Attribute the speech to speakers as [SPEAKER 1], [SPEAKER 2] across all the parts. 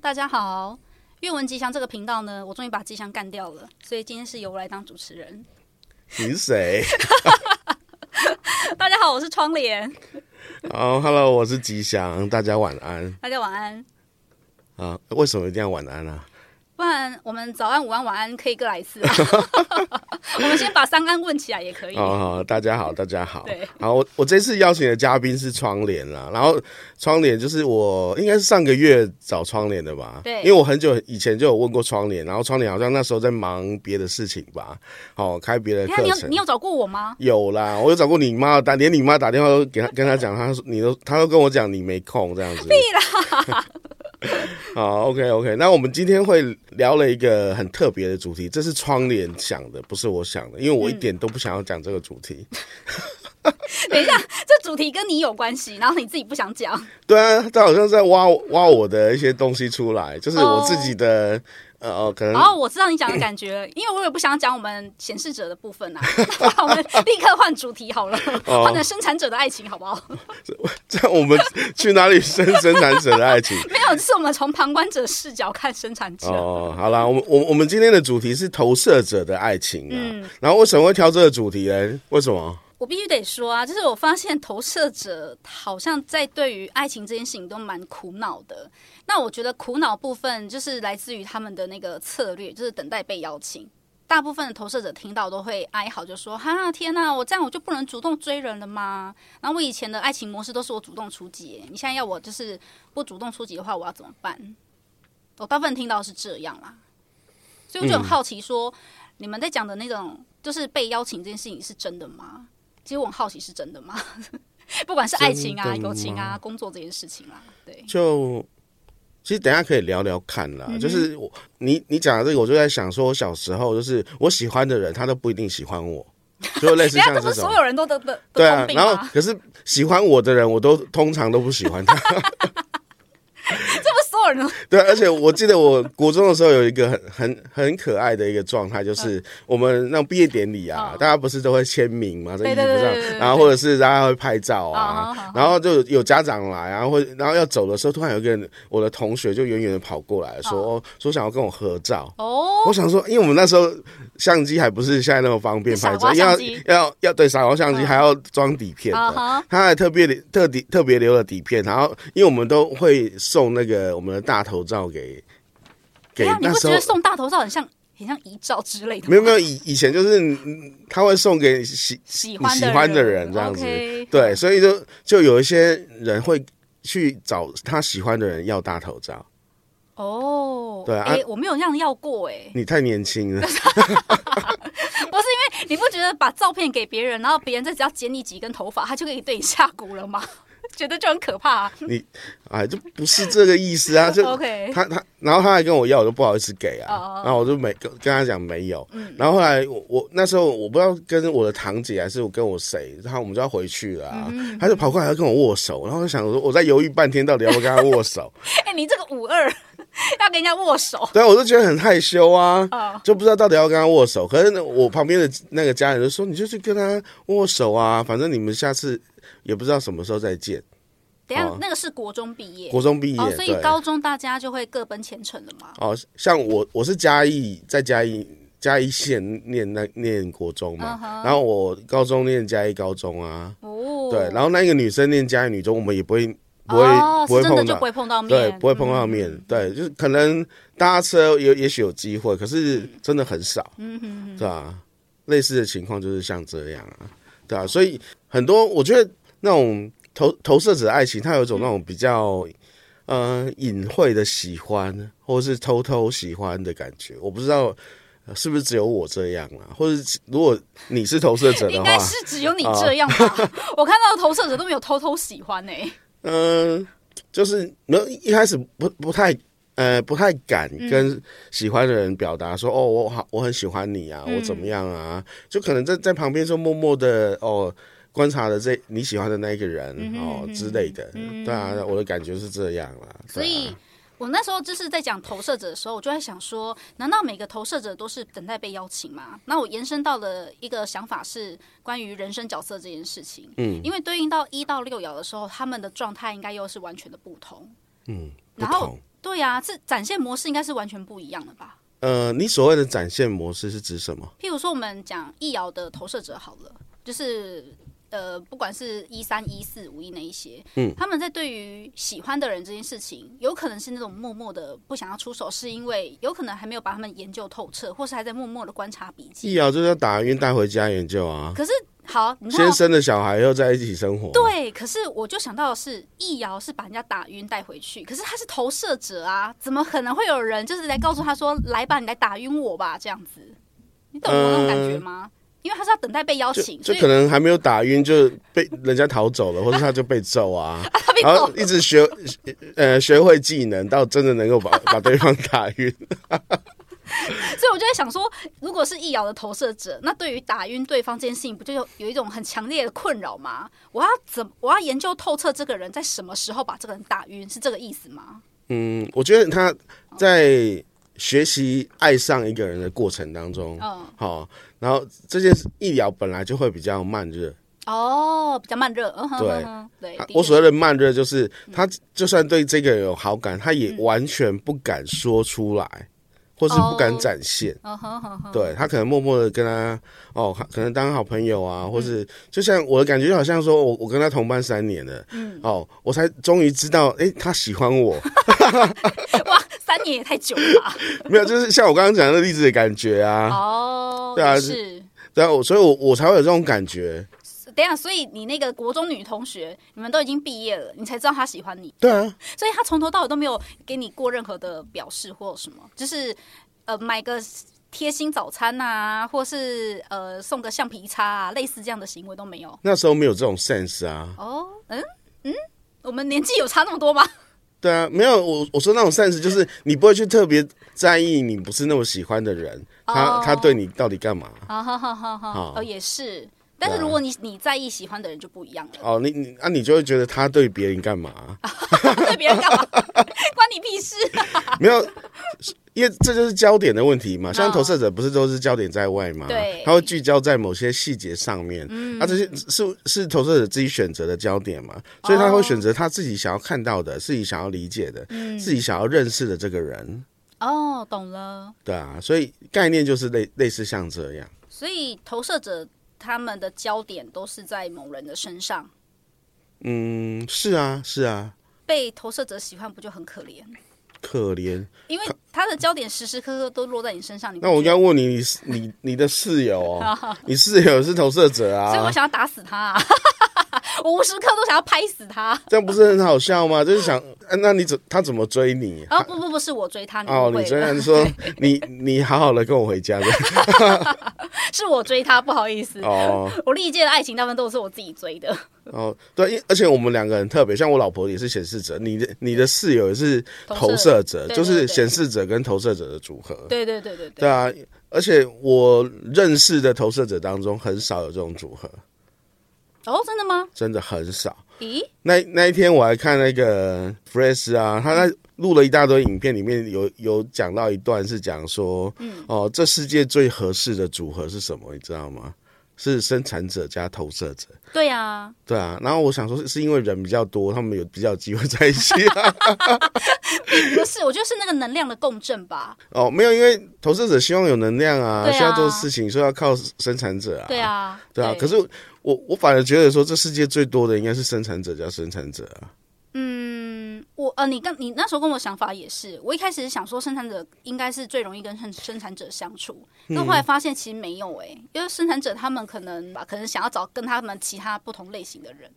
[SPEAKER 1] 大家好。阅文吉祥这个频道呢，我终于把吉祥干掉了，所以今天是由我来当主持人。
[SPEAKER 2] 你是谁？
[SPEAKER 1] 大家好，我是窗帘。
[SPEAKER 2] 哦、h e l l o 我是吉祥，大家晚安
[SPEAKER 1] 大家晚安，
[SPEAKER 2] 啊！为什么一定要晚安啊？
[SPEAKER 1] 不然我们早安、午安、晚安可以各来一次啊。 我们先把三安问起来也可以。
[SPEAKER 2] 哦，好大家好，大家好
[SPEAKER 1] 对，
[SPEAKER 2] 好，我我这次邀请的嘉宾是窗帘啦，然后窗帘就是我应该是上个月找窗帘的吧，
[SPEAKER 1] 对
[SPEAKER 2] 因为我很久以前就有问过窗帘，然后窗帘好像那时候在忙别的事情吧，哦，开别的
[SPEAKER 1] 你看，你
[SPEAKER 2] 课
[SPEAKER 1] 有
[SPEAKER 2] 程
[SPEAKER 1] 你。有找过我吗？
[SPEAKER 2] 有啦，我有找过你妈，打连你妈打电话都给她跟她讲，她说你都她都跟我讲你没空这样子。 好，OK OK，那我们今天会聊了一个很特别的主题，这是窗帘想的，不是我想的，因为我一点都不想要讲这个主题。
[SPEAKER 1] 等一下，这主题跟你有关系，然后你自己不想讲。
[SPEAKER 2] 对啊，他好像在挖我挖我的一些东西出来，就是我自己的、呃呃，可能
[SPEAKER 1] 然后我知道你讲的感觉，因为我也不想讲我们显示者的部分啊， 那我们立刻换主题好了，
[SPEAKER 2] 哦
[SPEAKER 1] 换成生产者的爱情好不好？
[SPEAKER 2] 在我们去哪里生生产者的爱情。
[SPEAKER 1] 没有，这是我们从旁观者视角看生产者。
[SPEAKER 2] 哦，好啦，我们我们我们今天的主题是投射者的爱情啊，
[SPEAKER 1] 嗯
[SPEAKER 2] 然后为什么会挑这个主题呢？为什么？
[SPEAKER 1] 我必须得说啊，就是我发现投射者好像在对于爱情这件事情都蛮苦恼的。那我觉得苦恼部分就是来自于他们的那个策略，就是等待被邀请。大部分的投射者听到都会哀嚎，就说：“哈，天呐，我这样我就不能主动追人了吗？然后我以前的爱情模式都是我主动出击，你现在要我就是不主动出击的话，我要怎么办？”我大部分听到是这样啦，所以我就很
[SPEAKER 2] 嗯
[SPEAKER 1] 好奇说，你们在讲的那种就是被邀请这件事情是真的吗？其实我很好奇是真的吗？ 不管是爱情啊、
[SPEAKER 2] 真的吗
[SPEAKER 1] 友情啊、工作这件事情啦，对，
[SPEAKER 2] 就其实等一下可以聊聊看
[SPEAKER 1] 嗯
[SPEAKER 2] 啦，就是我你你讲的这个，我就在想说，我小时候就是我喜欢的人，他都不一定喜欢我，就类似
[SPEAKER 1] 人家
[SPEAKER 2] 像
[SPEAKER 1] 这不
[SPEAKER 2] 这
[SPEAKER 1] 是
[SPEAKER 2] 种
[SPEAKER 1] 所。有人都得的
[SPEAKER 2] 对
[SPEAKER 1] 的
[SPEAKER 2] 啊
[SPEAKER 1] 通，病
[SPEAKER 2] 然后
[SPEAKER 1] 吗？
[SPEAKER 2] 可是喜欢我的人，我都通常都不喜欢他。
[SPEAKER 1] 这不是所有人都
[SPEAKER 2] 对，而且我记得我国中的时候有一个很 很很可爱的一个状态，就是我们那种毕业典礼啊，
[SPEAKER 1] 嗯
[SPEAKER 2] 大家不是都会签名嘛，在
[SPEAKER 1] 对
[SPEAKER 2] 衣服
[SPEAKER 1] 对对
[SPEAKER 2] 上
[SPEAKER 1] 对对，对
[SPEAKER 2] 然后或者是大家会拍照啊
[SPEAKER 1] 哦好好，
[SPEAKER 2] 然后就有有家长来啊，或然后要走的时候，突然有一个人，我的同学就远远的跑过来说哦说想要跟我合照。
[SPEAKER 1] 哦
[SPEAKER 2] 我想说，因为我们那时候相机还不是现在那么方便拍
[SPEAKER 1] 傻瓜
[SPEAKER 2] 照，
[SPEAKER 1] 相
[SPEAKER 2] 要
[SPEAKER 1] 机嗯
[SPEAKER 2] 要要对傻瓜相机还要装底片
[SPEAKER 1] 啊
[SPEAKER 2] 的，
[SPEAKER 1] 哈，
[SPEAKER 2] 他还特别留特地特别留了底片，然后因为我们都会送那个我们的大头照给给
[SPEAKER 1] 等一下哎你
[SPEAKER 2] 那
[SPEAKER 1] 不
[SPEAKER 2] 时
[SPEAKER 1] 觉
[SPEAKER 2] 候
[SPEAKER 1] 得送大头照很像很像遗照之类的吗？
[SPEAKER 2] 没有没有以以前就是嗯他会送给喜
[SPEAKER 1] 喜
[SPEAKER 2] 你
[SPEAKER 1] 欢
[SPEAKER 2] 喜
[SPEAKER 1] 的
[SPEAKER 2] 欢的人这样子
[SPEAKER 1] OK
[SPEAKER 2] 对，所以就就有一些人会去找他喜欢的人要大头照，
[SPEAKER 1] 哦，
[SPEAKER 2] 对啊
[SPEAKER 1] 哎、我没有这样要过哎、
[SPEAKER 2] 你太年轻了，
[SPEAKER 1] 你不觉得把照片给别人，然后别人再只要剪你几根头发，他就可以对你下蛊了吗？ 觉得就很可怕、啊。
[SPEAKER 2] 哎，就不是这个意思啊，就
[SPEAKER 1] OK，
[SPEAKER 2] 他他，然后他还跟我要，我就不好意思给
[SPEAKER 1] 哎哦嗯
[SPEAKER 2] 啊，然后我就没跟跟他讲没有，然后后来我我那时候我不知道跟我的堂姐还是我跟我谁，然后我们就要回去了啊，
[SPEAKER 1] 嗯
[SPEAKER 2] 他就跑过来要跟我握手，然后我就想说我在犹豫半天到底要不要跟他握手，
[SPEAKER 1] 哎、你这个五二要跟人家握手
[SPEAKER 2] 对啊，我就觉得很害羞啊，
[SPEAKER 1] 啊、
[SPEAKER 2] 就不知道到底要跟他握手，可是呢我旁边的那个家人就说你就去跟他握手啊，反正你们下次也不知道什么时候再见，
[SPEAKER 1] 等一下、
[SPEAKER 2] 哦
[SPEAKER 1] 那个是国中毕业，
[SPEAKER 2] 国中毕业，
[SPEAKER 1] 哦，所以
[SPEAKER 2] 对
[SPEAKER 1] 高中大家就会各奔前程了嘛。
[SPEAKER 2] 哦，像我我是嘉义，在嘉义嘉义县念那念国中嘛
[SPEAKER 1] 嗯哼
[SPEAKER 2] 然后我高中念嘉义高中啊，
[SPEAKER 1] 哦，
[SPEAKER 2] 对，然后那个女生念嘉义女中，我们也不会不会、
[SPEAKER 1] 哦，
[SPEAKER 2] 不会
[SPEAKER 1] 是真的
[SPEAKER 2] 碰
[SPEAKER 1] 就
[SPEAKER 2] 到
[SPEAKER 1] 不，会碰到面，
[SPEAKER 2] 对，不会碰到
[SPEAKER 1] 嗯
[SPEAKER 2] 面，对，就是可能搭车有也许有机会，可是真的很少，嗯哼对吧、类似的情况就是像这样啊，对啊，所以很多我觉得那种投投射者的爱情，它有一种那种比较。呃，隐晦的喜欢，或是偷偷喜欢的感觉，我不知道呃是不是只有我这样啦、或者如果你是投射者的
[SPEAKER 1] 应
[SPEAKER 2] 话啊
[SPEAKER 1] 该，是只有你这样吧？我看到的投射者都没有偷偷喜欢呢、
[SPEAKER 2] 嗯、就是没有一开始不不太呃不太敢
[SPEAKER 1] 嗯
[SPEAKER 2] 跟喜欢的人表达说、哦，我好我很喜欢你啊，我怎
[SPEAKER 1] 嗯
[SPEAKER 2] 么样啊，就可能在在旁边就默默的哦。观察了这你喜欢的那一个人、
[SPEAKER 1] 嗯
[SPEAKER 2] 哦之类的，对啊，我的感觉是这样啦。啊
[SPEAKER 1] 所以我那时候就是在讲投射者的时候，我就在想说，难道每个投射者都是等待被邀请吗？那我延伸到的一个想法是关于人生角色这件事情。嗯，因为对应到一到六爻的时候，他们的状态应该又是完全的不同。
[SPEAKER 2] 嗯，不
[SPEAKER 1] 然后
[SPEAKER 2] 同，
[SPEAKER 1] 对呀、这展现模式应该是完全不一样的吧？
[SPEAKER 2] 呃，你所谓的展现模式是指什么？
[SPEAKER 1] 譬如说，我们讲易遥的投射者好了，就是呃，不管是一三一四五一那一些，嗯，他们在对于喜欢的人这件事情，有可能是那种默默的不想要出手，是因为有可能还没有把他们研究透彻，或是还在默默的观察笔记。
[SPEAKER 2] 易遥就是要打晕带回家研究啊，
[SPEAKER 1] 可是好，你看
[SPEAKER 2] 先
[SPEAKER 1] 哦、
[SPEAKER 2] 生的小孩又在一起生活，，啊
[SPEAKER 1] 对，可是我就想到的是，易遥是把人家打晕带回去，可是他是投射者啊，怎么可能会有人就是来告诉他说，来吧，你来打晕我吧，这样子，你懂我那种感觉吗？因为他是要等待被邀请，
[SPEAKER 2] 呃就
[SPEAKER 1] 所以
[SPEAKER 2] 可能还没有打晕就被人家逃走了，或者他就被揍 啊，
[SPEAKER 1] 他被
[SPEAKER 2] 然后
[SPEAKER 1] 告
[SPEAKER 2] 一直学呃学会技能，到真的能够把把对方打晕。
[SPEAKER 1] 所以我就在想说，如果是易遥的投射者，那对于打晕对方这件事情，不就有有一种很强烈的困扰吗？我要怎我要研究透彻这个人在什么时候把这个人打晕，是这个意思吗？
[SPEAKER 2] 嗯，我觉得他在学习爱上一个人的过程当中，
[SPEAKER 1] 嗯，
[SPEAKER 2] 好、然后这件事易遥本来就会比较慢热，
[SPEAKER 1] 哦，比较慢热，嗯哼
[SPEAKER 2] 对
[SPEAKER 1] 哼哼对
[SPEAKER 2] 啊，
[SPEAKER 1] 的
[SPEAKER 2] 我
[SPEAKER 1] 确嗯
[SPEAKER 2] 所谓的慢热就是他就算对这个人有好感，他也完全不敢说出来，或是不敢
[SPEAKER 1] 哦
[SPEAKER 2] 展现。
[SPEAKER 1] 嗯哼哼哼，
[SPEAKER 2] 对他可能默默的跟他哦，可能当好朋友啊，
[SPEAKER 1] 嗯
[SPEAKER 2] 或是就像我的感觉，好像说我我跟他同班三年了，嗯，哦，我才终于知道，诶，他喜欢 我，
[SPEAKER 1] 哇，三年也太久了吧？
[SPEAKER 2] 没有，就是像我刚刚讲的那例子的感觉啊，
[SPEAKER 1] 哦，
[SPEAKER 2] 对啊
[SPEAKER 1] 也是。
[SPEAKER 2] 对啊，我所以我我才会有这种感觉，
[SPEAKER 1] 等一下，所以你那个国中女同学，你们都已经毕业了，你才知道她喜欢你，
[SPEAKER 2] 对啊，
[SPEAKER 1] 所以她从头到尾都没有给你过任何的表示或什么，就是呃买个贴心早餐呐、或是呃送个橡皮擦啊，类似这样的行为都没有。
[SPEAKER 2] 那时候没有这种 sense 啊，
[SPEAKER 1] 哦，嗯嗯，我们年纪有差那么多吗？
[SPEAKER 2] 对啊，没有我我说那种 sense 就是你不会去特别在意你不是那么喜欢的人，他
[SPEAKER 1] 哦
[SPEAKER 2] 他对你到底干嘛？
[SPEAKER 1] 啊哈哈哈哈
[SPEAKER 2] 好，
[SPEAKER 1] 哦也是，但是
[SPEAKER 2] 对啊
[SPEAKER 1] 如果你你在意喜欢的人就不一样了。
[SPEAKER 2] 哦，你你啊，你就会觉得他对别人干嘛？
[SPEAKER 1] 对别人干嘛？关你屁事！
[SPEAKER 2] 没有，因为这就是焦点的问题嘛。像
[SPEAKER 1] 嗯
[SPEAKER 2] 投射者不是都是焦点在外嘛？
[SPEAKER 1] 对
[SPEAKER 2] 他会聚焦在某些细节上面。嗯，啊，这些是是投射者自己选择的焦点嘛，
[SPEAKER 1] 哦
[SPEAKER 2] 所以他会选择他自己想要看到的、自己想要理解的、
[SPEAKER 1] 嗯
[SPEAKER 2] 自己想要认识的这个人。
[SPEAKER 1] 哦，懂了。
[SPEAKER 2] 对啊，所以概念就是类类似像这样。
[SPEAKER 1] 所以投射者他们的焦点都是在某人的身上，
[SPEAKER 2] 嗯，是啊，是啊，
[SPEAKER 1] 被投射者喜欢不就很可怜？
[SPEAKER 2] 可怜。
[SPEAKER 1] 因为他的焦点时时刻刻都落在你身上，你不
[SPEAKER 2] 那我应
[SPEAKER 1] 觉
[SPEAKER 2] 该
[SPEAKER 1] 得
[SPEAKER 2] 问你，你你你的室友 哦，你室友是投射者啊？
[SPEAKER 1] 所以我想要打死他、啊， 我无时刻都想要拍死他。
[SPEAKER 2] 这样不是很好笑吗？就是想，啊那你怎他怎么追你？啊
[SPEAKER 1] 哦，不不不，是我追 他，你
[SPEAKER 2] 哦
[SPEAKER 1] 误，
[SPEAKER 2] 你
[SPEAKER 1] 会
[SPEAKER 2] 虽
[SPEAKER 1] 了，
[SPEAKER 2] 然说你你好好的跟我 回家的
[SPEAKER 1] 是我追他，不好意思。
[SPEAKER 2] 哦
[SPEAKER 1] 我历届的爱情大部分都是我自己追的，
[SPEAKER 2] 哦，对，因而且我们两个很特别，像我老婆也是显示者，你的你的室友也是投射者，
[SPEAKER 1] 投射对
[SPEAKER 2] 就是
[SPEAKER 1] 对对
[SPEAKER 2] 显示者跟投射者的组合，
[SPEAKER 1] 对对对对对，
[SPEAKER 2] 对啊，而且我认识的投射者当中很少有这种组合，
[SPEAKER 1] 哦，真的吗？
[SPEAKER 2] 真的很少。
[SPEAKER 1] 咦，
[SPEAKER 2] 那那一天我还看那个 Fresh 啊，他在录了一大堆影片，里面有有讲到一段是讲说，
[SPEAKER 1] 嗯
[SPEAKER 2] 哦，这世界最合适的组合是什么？你知道吗？是生产者加投射者。
[SPEAKER 1] 对呀、啊，
[SPEAKER 2] 对啊，然后我想说，是因为人比较多，他们有比较有机会在一起 啊。
[SPEAKER 1] 不是，我觉得是那个能量的共振吧。
[SPEAKER 2] 哦，没有，因为投射者希望有能量啊，
[SPEAKER 1] 对啊
[SPEAKER 2] 需要做事情，所以要靠生产者啊。
[SPEAKER 1] 对，啊，
[SPEAKER 2] 对啊。可是我我反而觉得说，这世界最多的应该是生产者加生产者啊。
[SPEAKER 1] 嗯，我呃，你跟你那时候跟我想法也是，我一开始想说生产者应该是最容易跟生生产者相处，但
[SPEAKER 2] 嗯
[SPEAKER 1] 后来发现其实没有诶、因为生产者他们可能吧，可能想要找跟他们其他不同类型的人，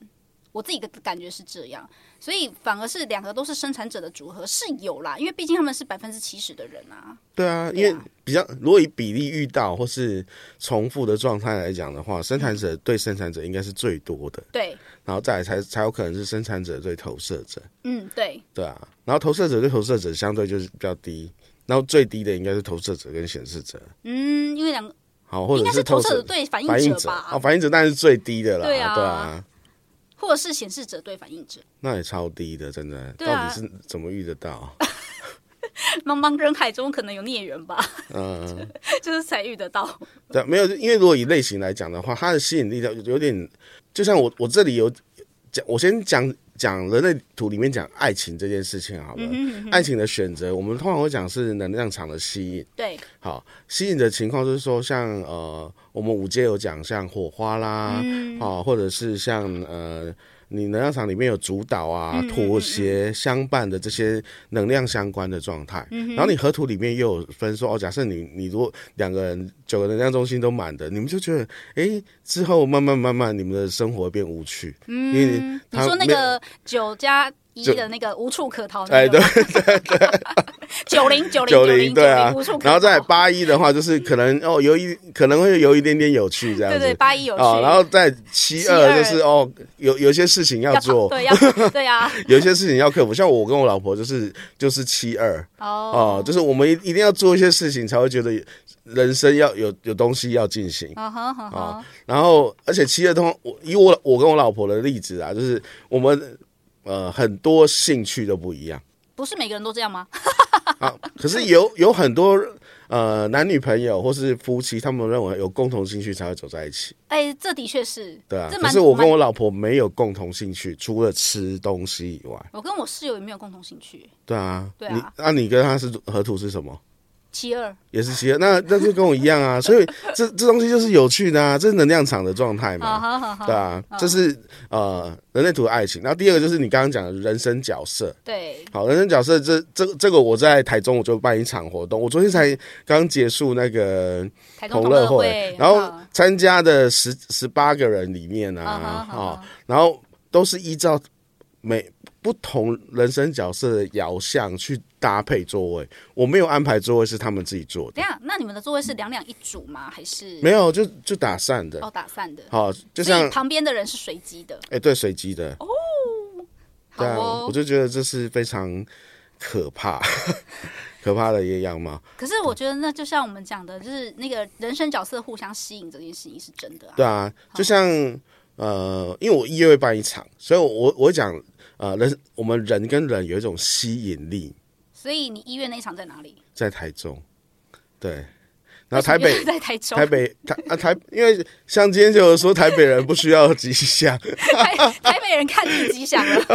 [SPEAKER 1] 我自己的感觉是这样，所以反而是两个都是生产者的组合是有啦，因为毕竟他们是百分之七十的人啊，
[SPEAKER 2] 对啊，因
[SPEAKER 1] 对啊
[SPEAKER 2] 为比较如果以比例遇到或是重复的状态来讲的话，生产者对生产者应该是最多的，
[SPEAKER 1] 对，
[SPEAKER 2] 然后再来才才有可能是生产者对投射者，
[SPEAKER 1] 嗯，对，
[SPEAKER 2] 对啊，然后投射者对投射者相对就是比较低，然后最低的应该是投射者跟显示者，
[SPEAKER 1] 嗯，因为两个
[SPEAKER 2] 好，或
[SPEAKER 1] 应
[SPEAKER 2] 者
[SPEAKER 1] 该是投
[SPEAKER 2] 投
[SPEAKER 1] 射者对反
[SPEAKER 2] 反
[SPEAKER 1] 应
[SPEAKER 2] 应
[SPEAKER 1] 者吧，
[SPEAKER 2] 哦，反应者当然是最低的啦，
[SPEAKER 1] 对
[SPEAKER 2] 对
[SPEAKER 1] 啊
[SPEAKER 2] 啊，
[SPEAKER 1] 或者是显示者对反应者，
[SPEAKER 2] 那也超低的，真的，
[SPEAKER 1] 对啊
[SPEAKER 2] 到底是怎么遇得到？
[SPEAKER 1] 茫茫人海中可能有孽缘吧，
[SPEAKER 2] 嗯，
[SPEAKER 1] 就是才遇得到。
[SPEAKER 2] 对，没有，因为如果以类型来讲的话，它的吸引力的有点，就像我我这里有讲，我先讲讲人类图里面讲爱情这件事情好了，爱情的选择，我们通常会讲是能量场的吸引。
[SPEAKER 1] 对，
[SPEAKER 2] 好，吸引的情况就是说像，呃，我们五阶有讲像火花啦，
[SPEAKER 1] 嗯
[SPEAKER 2] 哦，或者是像呃，你能量场里面有主导啊、
[SPEAKER 1] 嗯
[SPEAKER 2] 妥协、相伴的这些能量相关的状态。
[SPEAKER 1] 嗯
[SPEAKER 2] 然后你河图里面又有分说，哦，假设你你如果两个人九个能量中心都满的，你们就觉得，哎，之后慢慢慢慢，你们的生活变无趣，嗯、因为
[SPEAKER 1] 你
[SPEAKER 2] 他
[SPEAKER 1] 说那
[SPEAKER 2] 没有
[SPEAKER 1] 个九加一的那个无处可逃，
[SPEAKER 2] 哎对，
[SPEAKER 1] 九零九零
[SPEAKER 2] 九
[SPEAKER 1] 零
[SPEAKER 2] 零对啊
[SPEAKER 1] 无处，可逃，
[SPEAKER 2] 然后再来八一的话，就是可能哦，有一可能会有一点点有趣这样
[SPEAKER 1] 对
[SPEAKER 2] 子，
[SPEAKER 1] 对八一有趣，
[SPEAKER 2] 哦，然后在七二就是哦，有有些事情要做，
[SPEAKER 1] 对要 对啊，
[SPEAKER 2] 有些事情要克服。像我跟我老婆就是就是七二
[SPEAKER 1] 哦，
[SPEAKER 2] 哦，就是我们一一定要做一些事情才会觉得人生要有有东西要进行。
[SPEAKER 1] 嗯哼哼哼
[SPEAKER 2] 哦，然后，而且七二通我以我我跟我老婆的例子啊，就是我们呃很多兴趣都不一样。
[SPEAKER 1] 不是每个人都这样吗？
[SPEAKER 2] 啊，可是有有很多呃男女朋友或是夫妻，他们认为有共同兴趣才会走在一起，
[SPEAKER 1] 哎，这的确是，
[SPEAKER 2] 对啊。
[SPEAKER 1] 这
[SPEAKER 2] 可
[SPEAKER 1] 蛮
[SPEAKER 2] 是我跟
[SPEAKER 1] 蛮
[SPEAKER 2] 我老婆没有共同兴趣，除了吃东西以外，
[SPEAKER 1] 我跟我室友也没有共同兴趣，
[SPEAKER 2] 对啊。
[SPEAKER 1] 对
[SPEAKER 2] 你
[SPEAKER 1] 啊
[SPEAKER 2] 那、你跟他是合图是什么？
[SPEAKER 1] 七二
[SPEAKER 2] 也是七二，那那就跟我一样啊。所以这这东西就是有趣的啊，这是能量场的状态
[SPEAKER 1] 啊
[SPEAKER 2] 嘛。
[SPEAKER 1] 哈哈哈，
[SPEAKER 2] 对啊，这是呃人类图的爱情。然后第二个就是你刚刚讲的人生角色，
[SPEAKER 1] 对，
[SPEAKER 2] 好，人生角色这这这个我在台中我就办一场活动，我昨天才刚结束那个
[SPEAKER 1] 台中
[SPEAKER 2] 同
[SPEAKER 1] 乐嗯
[SPEAKER 2] 乐会，然后参加的十十八个人里面啊，哦，
[SPEAKER 1] 啊，
[SPEAKER 2] 然后都是依照每不同人生角色的摇像去搭配座位，我没有安排座位是他们自己做的
[SPEAKER 1] 等一，下，那你们的座位是两两一组吗？还是
[SPEAKER 2] 没有就就打散的，
[SPEAKER 1] 哦打散的？
[SPEAKER 2] 好，
[SPEAKER 1] 所
[SPEAKER 2] 就
[SPEAKER 1] 以
[SPEAKER 2] 像
[SPEAKER 1] 旁边的人是随机的，
[SPEAKER 2] 哎对随机的，
[SPEAKER 1] 好
[SPEAKER 2] 对啊，我
[SPEAKER 1] 哦。
[SPEAKER 2] 就觉得这是非常可怕 可怕的一个样貌。
[SPEAKER 1] 可是我觉得那就像我们讲的，就是那个人生角色互相吸引这件事情是真的啊。
[SPEAKER 2] 对啊，就像呃，因为我一月会办一场，所以我我我讲呃，人我们人跟人有一种吸引力，
[SPEAKER 1] 所以你一月那一场在哪里？
[SPEAKER 2] 在台中，对，然啊后台
[SPEAKER 1] 为什么又。
[SPEAKER 2] 北
[SPEAKER 1] 在台 中，
[SPEAKER 2] 台北台啊台，因为像今天就有说台北人不需要吉祥，
[SPEAKER 1] 台台北人看你吉祥 了。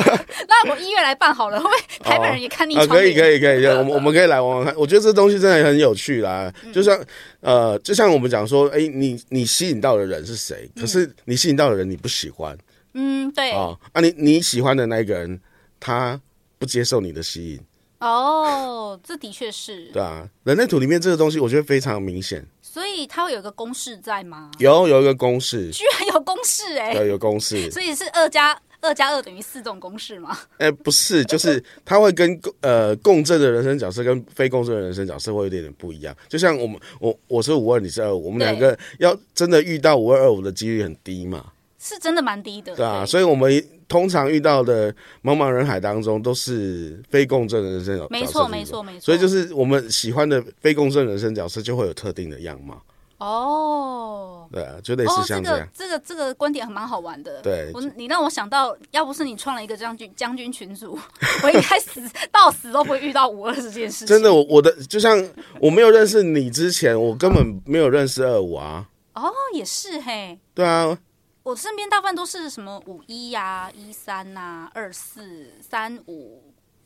[SPEAKER 1] 那我一月来办好了，会不会台北人也 看你
[SPEAKER 2] 啊，
[SPEAKER 1] 窗
[SPEAKER 2] 可以
[SPEAKER 1] 帘？
[SPEAKER 2] 可以可以，我们我们可以来玩玩看。我觉得这东西真的很有趣啦，就像呃，就像我们讲说，哎、你你吸引到的人是谁？可是你吸引到的人你不喜欢
[SPEAKER 1] 嗯，对，
[SPEAKER 2] 啊，啊你你喜欢的那一个人他不接受你的吸引，
[SPEAKER 1] 哦，这的确是。
[SPEAKER 2] 对啊，人类图里面这个东西，我觉得非常明显，
[SPEAKER 1] 所以它会有一个公式在吗？
[SPEAKER 2] 有有一个公式，
[SPEAKER 1] 居然有公式哎、
[SPEAKER 2] 有有公式，
[SPEAKER 1] 所以是二加二加二等于四这种公式吗？
[SPEAKER 2] 哎、不是，就是它会跟共呃共振的人生角色跟非共振的人生角色会有点点不一样。就像我们我我是五二，你是二五，我们
[SPEAKER 1] 对
[SPEAKER 2] 两个要真的遇到五二二五的几率很低嘛，
[SPEAKER 1] 是真的蛮低的。
[SPEAKER 2] 对啊，所以我们通常遇到的茫茫人海当中都是非共振的人生角色，
[SPEAKER 1] 没错没。错没错。
[SPEAKER 2] 所以就是我们喜欢的非共振人生角色就会有特定的样貌，
[SPEAKER 1] 哦。
[SPEAKER 2] 对啊，就类似
[SPEAKER 1] 哦，这
[SPEAKER 2] 像这样。
[SPEAKER 1] 个这个这个观点很蛮好玩的。
[SPEAKER 2] 对
[SPEAKER 1] 我你让我想到，要不是你创了一个将军将军群组， 我应该死到死都不会遇到五二这件事情。
[SPEAKER 2] 真的，我我的就像我没有认识你之前，我根本没有认识二五啊。
[SPEAKER 1] 哦，也是嘿。
[SPEAKER 2] 对啊，
[SPEAKER 1] 我身边大部分都是什么五一呀、一三呐、二四、三五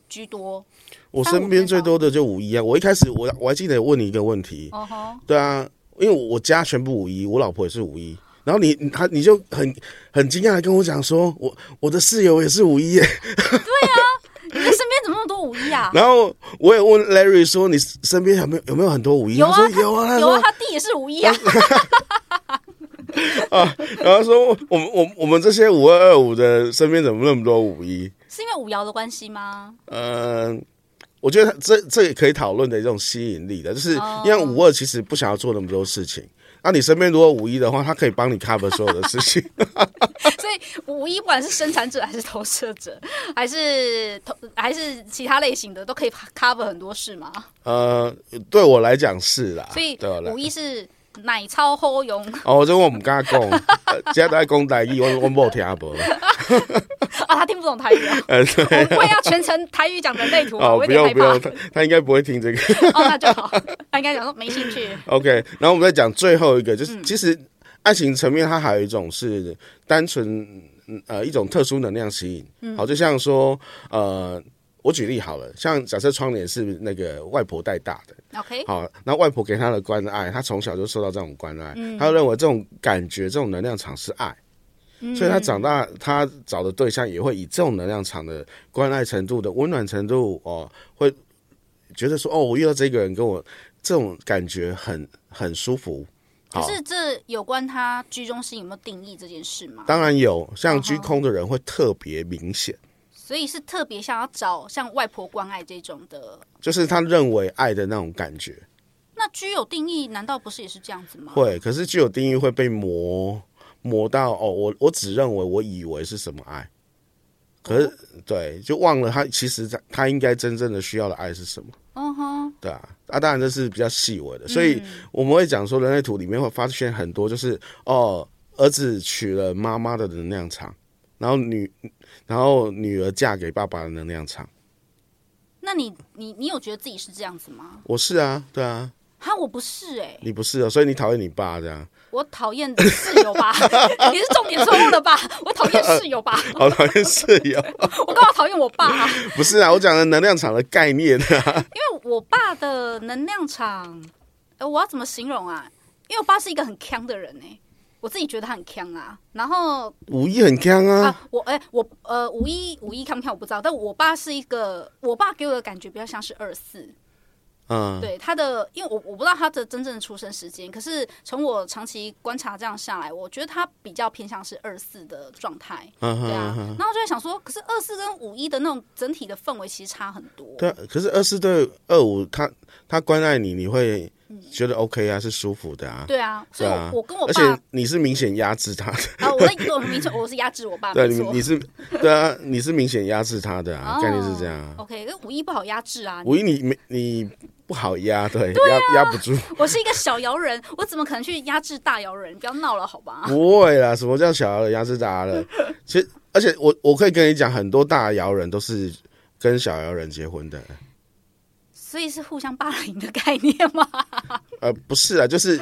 [SPEAKER 1] 居多。
[SPEAKER 2] 我身边最多的就五一啊。我一开始我我还记得问你一个问题，
[SPEAKER 1] 哦吼，
[SPEAKER 2] 对啊，因为我家全部五一，我老婆也是五一。然后你你他你就很很惊讶的跟我讲说，我我的室友也是五一耶。？
[SPEAKER 1] 你的身边怎么那么多五一啊
[SPEAKER 2] 然后我也问 Larry 说，你身边有没有有没有很多五一？
[SPEAKER 1] 有啊
[SPEAKER 2] 他说有啊，他
[SPEAKER 1] 有啊，
[SPEAKER 2] 说
[SPEAKER 1] 他弟也是五一啊。
[SPEAKER 2] 啊 然后说我们我们我们这些五二二五的身边怎么那么多五一？
[SPEAKER 1] 是因为五爻的关系吗？
[SPEAKER 2] 呃，我觉得这这也可以讨论的一种吸引力的，就是
[SPEAKER 1] 哦
[SPEAKER 2] 因为五二其实不想要做那么多事情。那、你身边如果五一的话，他可以帮你 cover 所有的事 情。
[SPEAKER 1] 所以五一不管是生产者还是投射者，还是投还是其他类型的，都可以 cover 很多事嘛。
[SPEAKER 2] 呃，对我来讲是啦，
[SPEAKER 1] 所以
[SPEAKER 2] 对啊我来
[SPEAKER 1] 五一是奶超后用
[SPEAKER 2] 哦，这跟我们刚刚讲，呃现在都在讲台语，我我没有听不。
[SPEAKER 1] 啊，他听不懂台 语、啊，
[SPEAKER 2] 呃，对，
[SPEAKER 1] 我会要全程台语讲人类图啊，
[SPEAKER 2] 哦，
[SPEAKER 1] 我有
[SPEAKER 2] 不
[SPEAKER 1] 点害
[SPEAKER 2] 用不
[SPEAKER 1] 怕
[SPEAKER 2] 用，。他他应该不会听这个。
[SPEAKER 1] 哦，那就好，他应该讲说没兴趣。
[SPEAKER 2] OK，然后我们再讲最后一个，就是、其实爱情层面它还有一种是单纯嗯呃一种特殊能量吸引。好，就像说呃，我举例好了，像假设窗帘是那个外婆带大的，
[SPEAKER 1] OK，
[SPEAKER 2] 好，那外婆给他的关爱，他从小就受到这种关爱，
[SPEAKER 1] 嗯
[SPEAKER 2] 他就认为这种感觉、这种能量场是爱，
[SPEAKER 1] 嗯
[SPEAKER 2] 所以他长大，他找的对象也会以这种能量场的关爱程度的温暖程度哦，会觉得说哦，我遇到这个人跟我这种感觉很很舒服。
[SPEAKER 1] 可
[SPEAKER 2] 好，
[SPEAKER 1] 是这有关他居中心有没有定义这件事吗？
[SPEAKER 2] 当然有，像
[SPEAKER 1] 嗯哼
[SPEAKER 2] 居空的人会特别明显，
[SPEAKER 1] 所以是特别想要找像外婆关爱这种的。
[SPEAKER 2] 就是他认为爱的那种感觉
[SPEAKER 1] 那居有定义，难道不是也是这样子吗？
[SPEAKER 2] 会，可是具有定义会被磨磨到哦，我我只认为我以为是什么爱。可是对，就忘了他其实他他应该真正的需要的爱是什么，
[SPEAKER 1] 嗯哼，
[SPEAKER 2] 对啊，啊，当然这是比较细微的，所以我们会讲说人类图里面会发现很多就是哦，儿子娶了妈妈的能量场，然后女，然后女儿嫁给爸爸的能量场，
[SPEAKER 1] 那你你你有觉得自己是这样子吗？
[SPEAKER 2] 我是啊，对啊，
[SPEAKER 1] 哈，我不是哎、
[SPEAKER 2] 你不是哦，所以你讨厌你爸这样，
[SPEAKER 1] 我讨厌室友吧， 你是重点错误了吧？我讨厌室友吧，
[SPEAKER 2] 好讨厌室友，
[SPEAKER 1] 我干嘛讨厌我爸、啊？
[SPEAKER 2] 不是啊，我讲的能量场的概念啊，
[SPEAKER 1] 因为我爸的能量场，呃，我要怎么形容啊？因为我爸是一个很强的人哎、我自己觉得他很强啊。然后
[SPEAKER 2] 五一很强啊，
[SPEAKER 1] 啊，我哎、我呃，五一五一看不看我不知道，但我爸是一个，我爸给我的感觉比较像是二四，
[SPEAKER 2] 嗯，
[SPEAKER 1] 对他的，因为我我不知道他的真正的出生时间，可是从我长期观察这样下来，我觉得他比较偏向是二四的状态，
[SPEAKER 2] 嗯哼
[SPEAKER 1] 对
[SPEAKER 2] 嗯
[SPEAKER 1] 啊
[SPEAKER 2] 哼。，
[SPEAKER 1] 然后我就在想说，可是二四跟五一的那种整体的氛围其实差很多，
[SPEAKER 2] 对啊，可是二四对二五，他他关爱你，你会觉得 OK 啊，是舒服的啊。
[SPEAKER 1] 嗯对啊，所以我、
[SPEAKER 2] 对啊
[SPEAKER 1] 我跟我
[SPEAKER 2] 而
[SPEAKER 1] 爸
[SPEAKER 2] 且你是明显压制他的，
[SPEAKER 1] 啊，我在我明确我是压制我爸，
[SPEAKER 2] 对，
[SPEAKER 1] 啊
[SPEAKER 2] 啊
[SPEAKER 1] 没
[SPEAKER 2] 你
[SPEAKER 1] 错
[SPEAKER 2] 你是对啊，你是明显压制他的啊，
[SPEAKER 1] 哦
[SPEAKER 2] 概念是这样啊。
[SPEAKER 1] OK，跟五一不好压制啊，
[SPEAKER 2] 五一你没你不好压，对，压压不 住，
[SPEAKER 1] 我是一个小摇人，我怎么可能去压制大摇人？不要闹了，好吧？
[SPEAKER 2] 不会啦，什么叫小摇人压制大摇人？其实，而且我我可以跟你讲，很多大摇人都是跟小摇人结婚的，
[SPEAKER 1] 所以是互相霸凌的概念吗？
[SPEAKER 2] 呃，不是啊，就是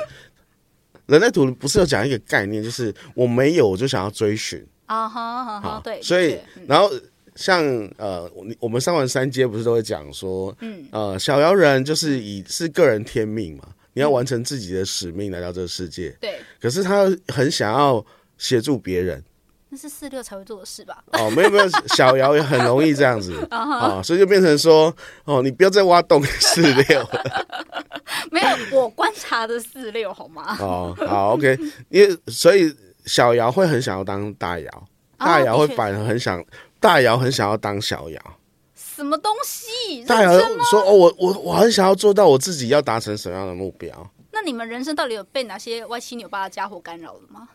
[SPEAKER 2] 人类图不是有讲一个概念，就是我没有我就想要追寻。
[SPEAKER 1] 啊哈哈哈
[SPEAKER 2] 好，，
[SPEAKER 1] 对，
[SPEAKER 2] 所
[SPEAKER 1] 的
[SPEAKER 2] 以
[SPEAKER 1] 确嗯
[SPEAKER 2] 然后像呃，我我们上完三阶不是都会讲说，嗯，呃，小摇人就是以是个人天命嘛，你
[SPEAKER 1] 嗯
[SPEAKER 2] 要完成自己的使命来到这个世界，
[SPEAKER 1] 对，
[SPEAKER 2] 可是他很想要协助别人。
[SPEAKER 1] 那是四六才会做的事吧？
[SPEAKER 2] 哦，没有没有，小姚也很容易这样子啊、所以就变成说，哦，你不要再挖洞给四六了
[SPEAKER 1] 没有，我观察的四六好吗？
[SPEAKER 2] 哦，好，OK，因为所以小姚会很想要当大姚，大姚
[SPEAKER 1] 哦
[SPEAKER 2] 会
[SPEAKER 1] 啊的确
[SPEAKER 2] 反而很想，大姚很想要当小姚，
[SPEAKER 1] 什么东西？
[SPEAKER 2] 大姚
[SPEAKER 1] 认真
[SPEAKER 2] 说：“哦，我我我很想要做到我自己要达成什么样的目标？
[SPEAKER 1] 那你们人生到底有被哪些歪七扭八的家伙干扰了吗？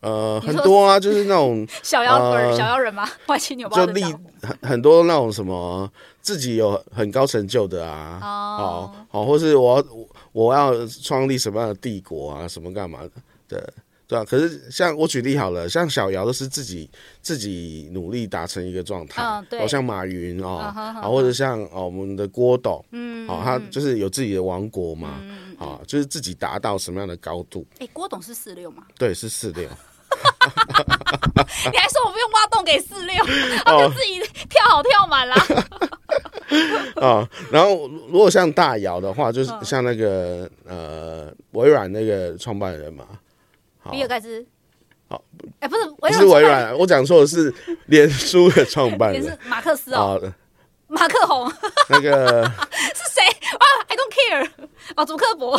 [SPEAKER 2] 呃，
[SPEAKER 1] 你说
[SPEAKER 2] 很 多啊，就是那种
[SPEAKER 1] 小妖人，
[SPEAKER 2] 呃
[SPEAKER 1] 小妖人吗？ 歪七扭八
[SPEAKER 2] 就
[SPEAKER 1] 的
[SPEAKER 2] 立
[SPEAKER 1] 家伙
[SPEAKER 2] 很很多那种什么自己有很高成就的啊，
[SPEAKER 1] 哦
[SPEAKER 2] 哦哦，或是我要我我要创立什么样的帝国啊，什么干嘛的，对对啊。可是像我举例好了，像小姚都是自己自己努力达成一个状态，
[SPEAKER 1] 嗯对
[SPEAKER 2] 哦，像马云哦，
[SPEAKER 1] 嗯哼嗯
[SPEAKER 2] 啊，
[SPEAKER 1] 哼
[SPEAKER 2] 或者像哦我们的郭董，嗯，哦，他就是有自己的王国嘛，
[SPEAKER 1] 嗯
[SPEAKER 2] 啊、就是自己达到什么样的高度。”
[SPEAKER 1] 哎，郭董是四六吗？
[SPEAKER 2] 对，是四六。
[SPEAKER 1] 你还说我不用挖洞给四 六，他
[SPEAKER 2] 哦
[SPEAKER 1] 就自己跳好跳满啦。
[SPEAKER 2] 啊、 然后如果像大姚的话，
[SPEAKER 1] 嗯
[SPEAKER 2] 就是像那个、呃微软那个创办人嘛， 好
[SPEAKER 1] 比尔盖茨。
[SPEAKER 2] 好，
[SPEAKER 1] 哎，不是，
[SPEAKER 2] 不
[SPEAKER 1] 微
[SPEAKER 2] 是微软，哎我讲错的是脸书的创办
[SPEAKER 1] 也是
[SPEAKER 2] 人
[SPEAKER 1] 马克思哦，
[SPEAKER 2] 啊、
[SPEAKER 1] 马克宏 是
[SPEAKER 2] 那个
[SPEAKER 1] 谁啊？I don't care。哦，祖克 伯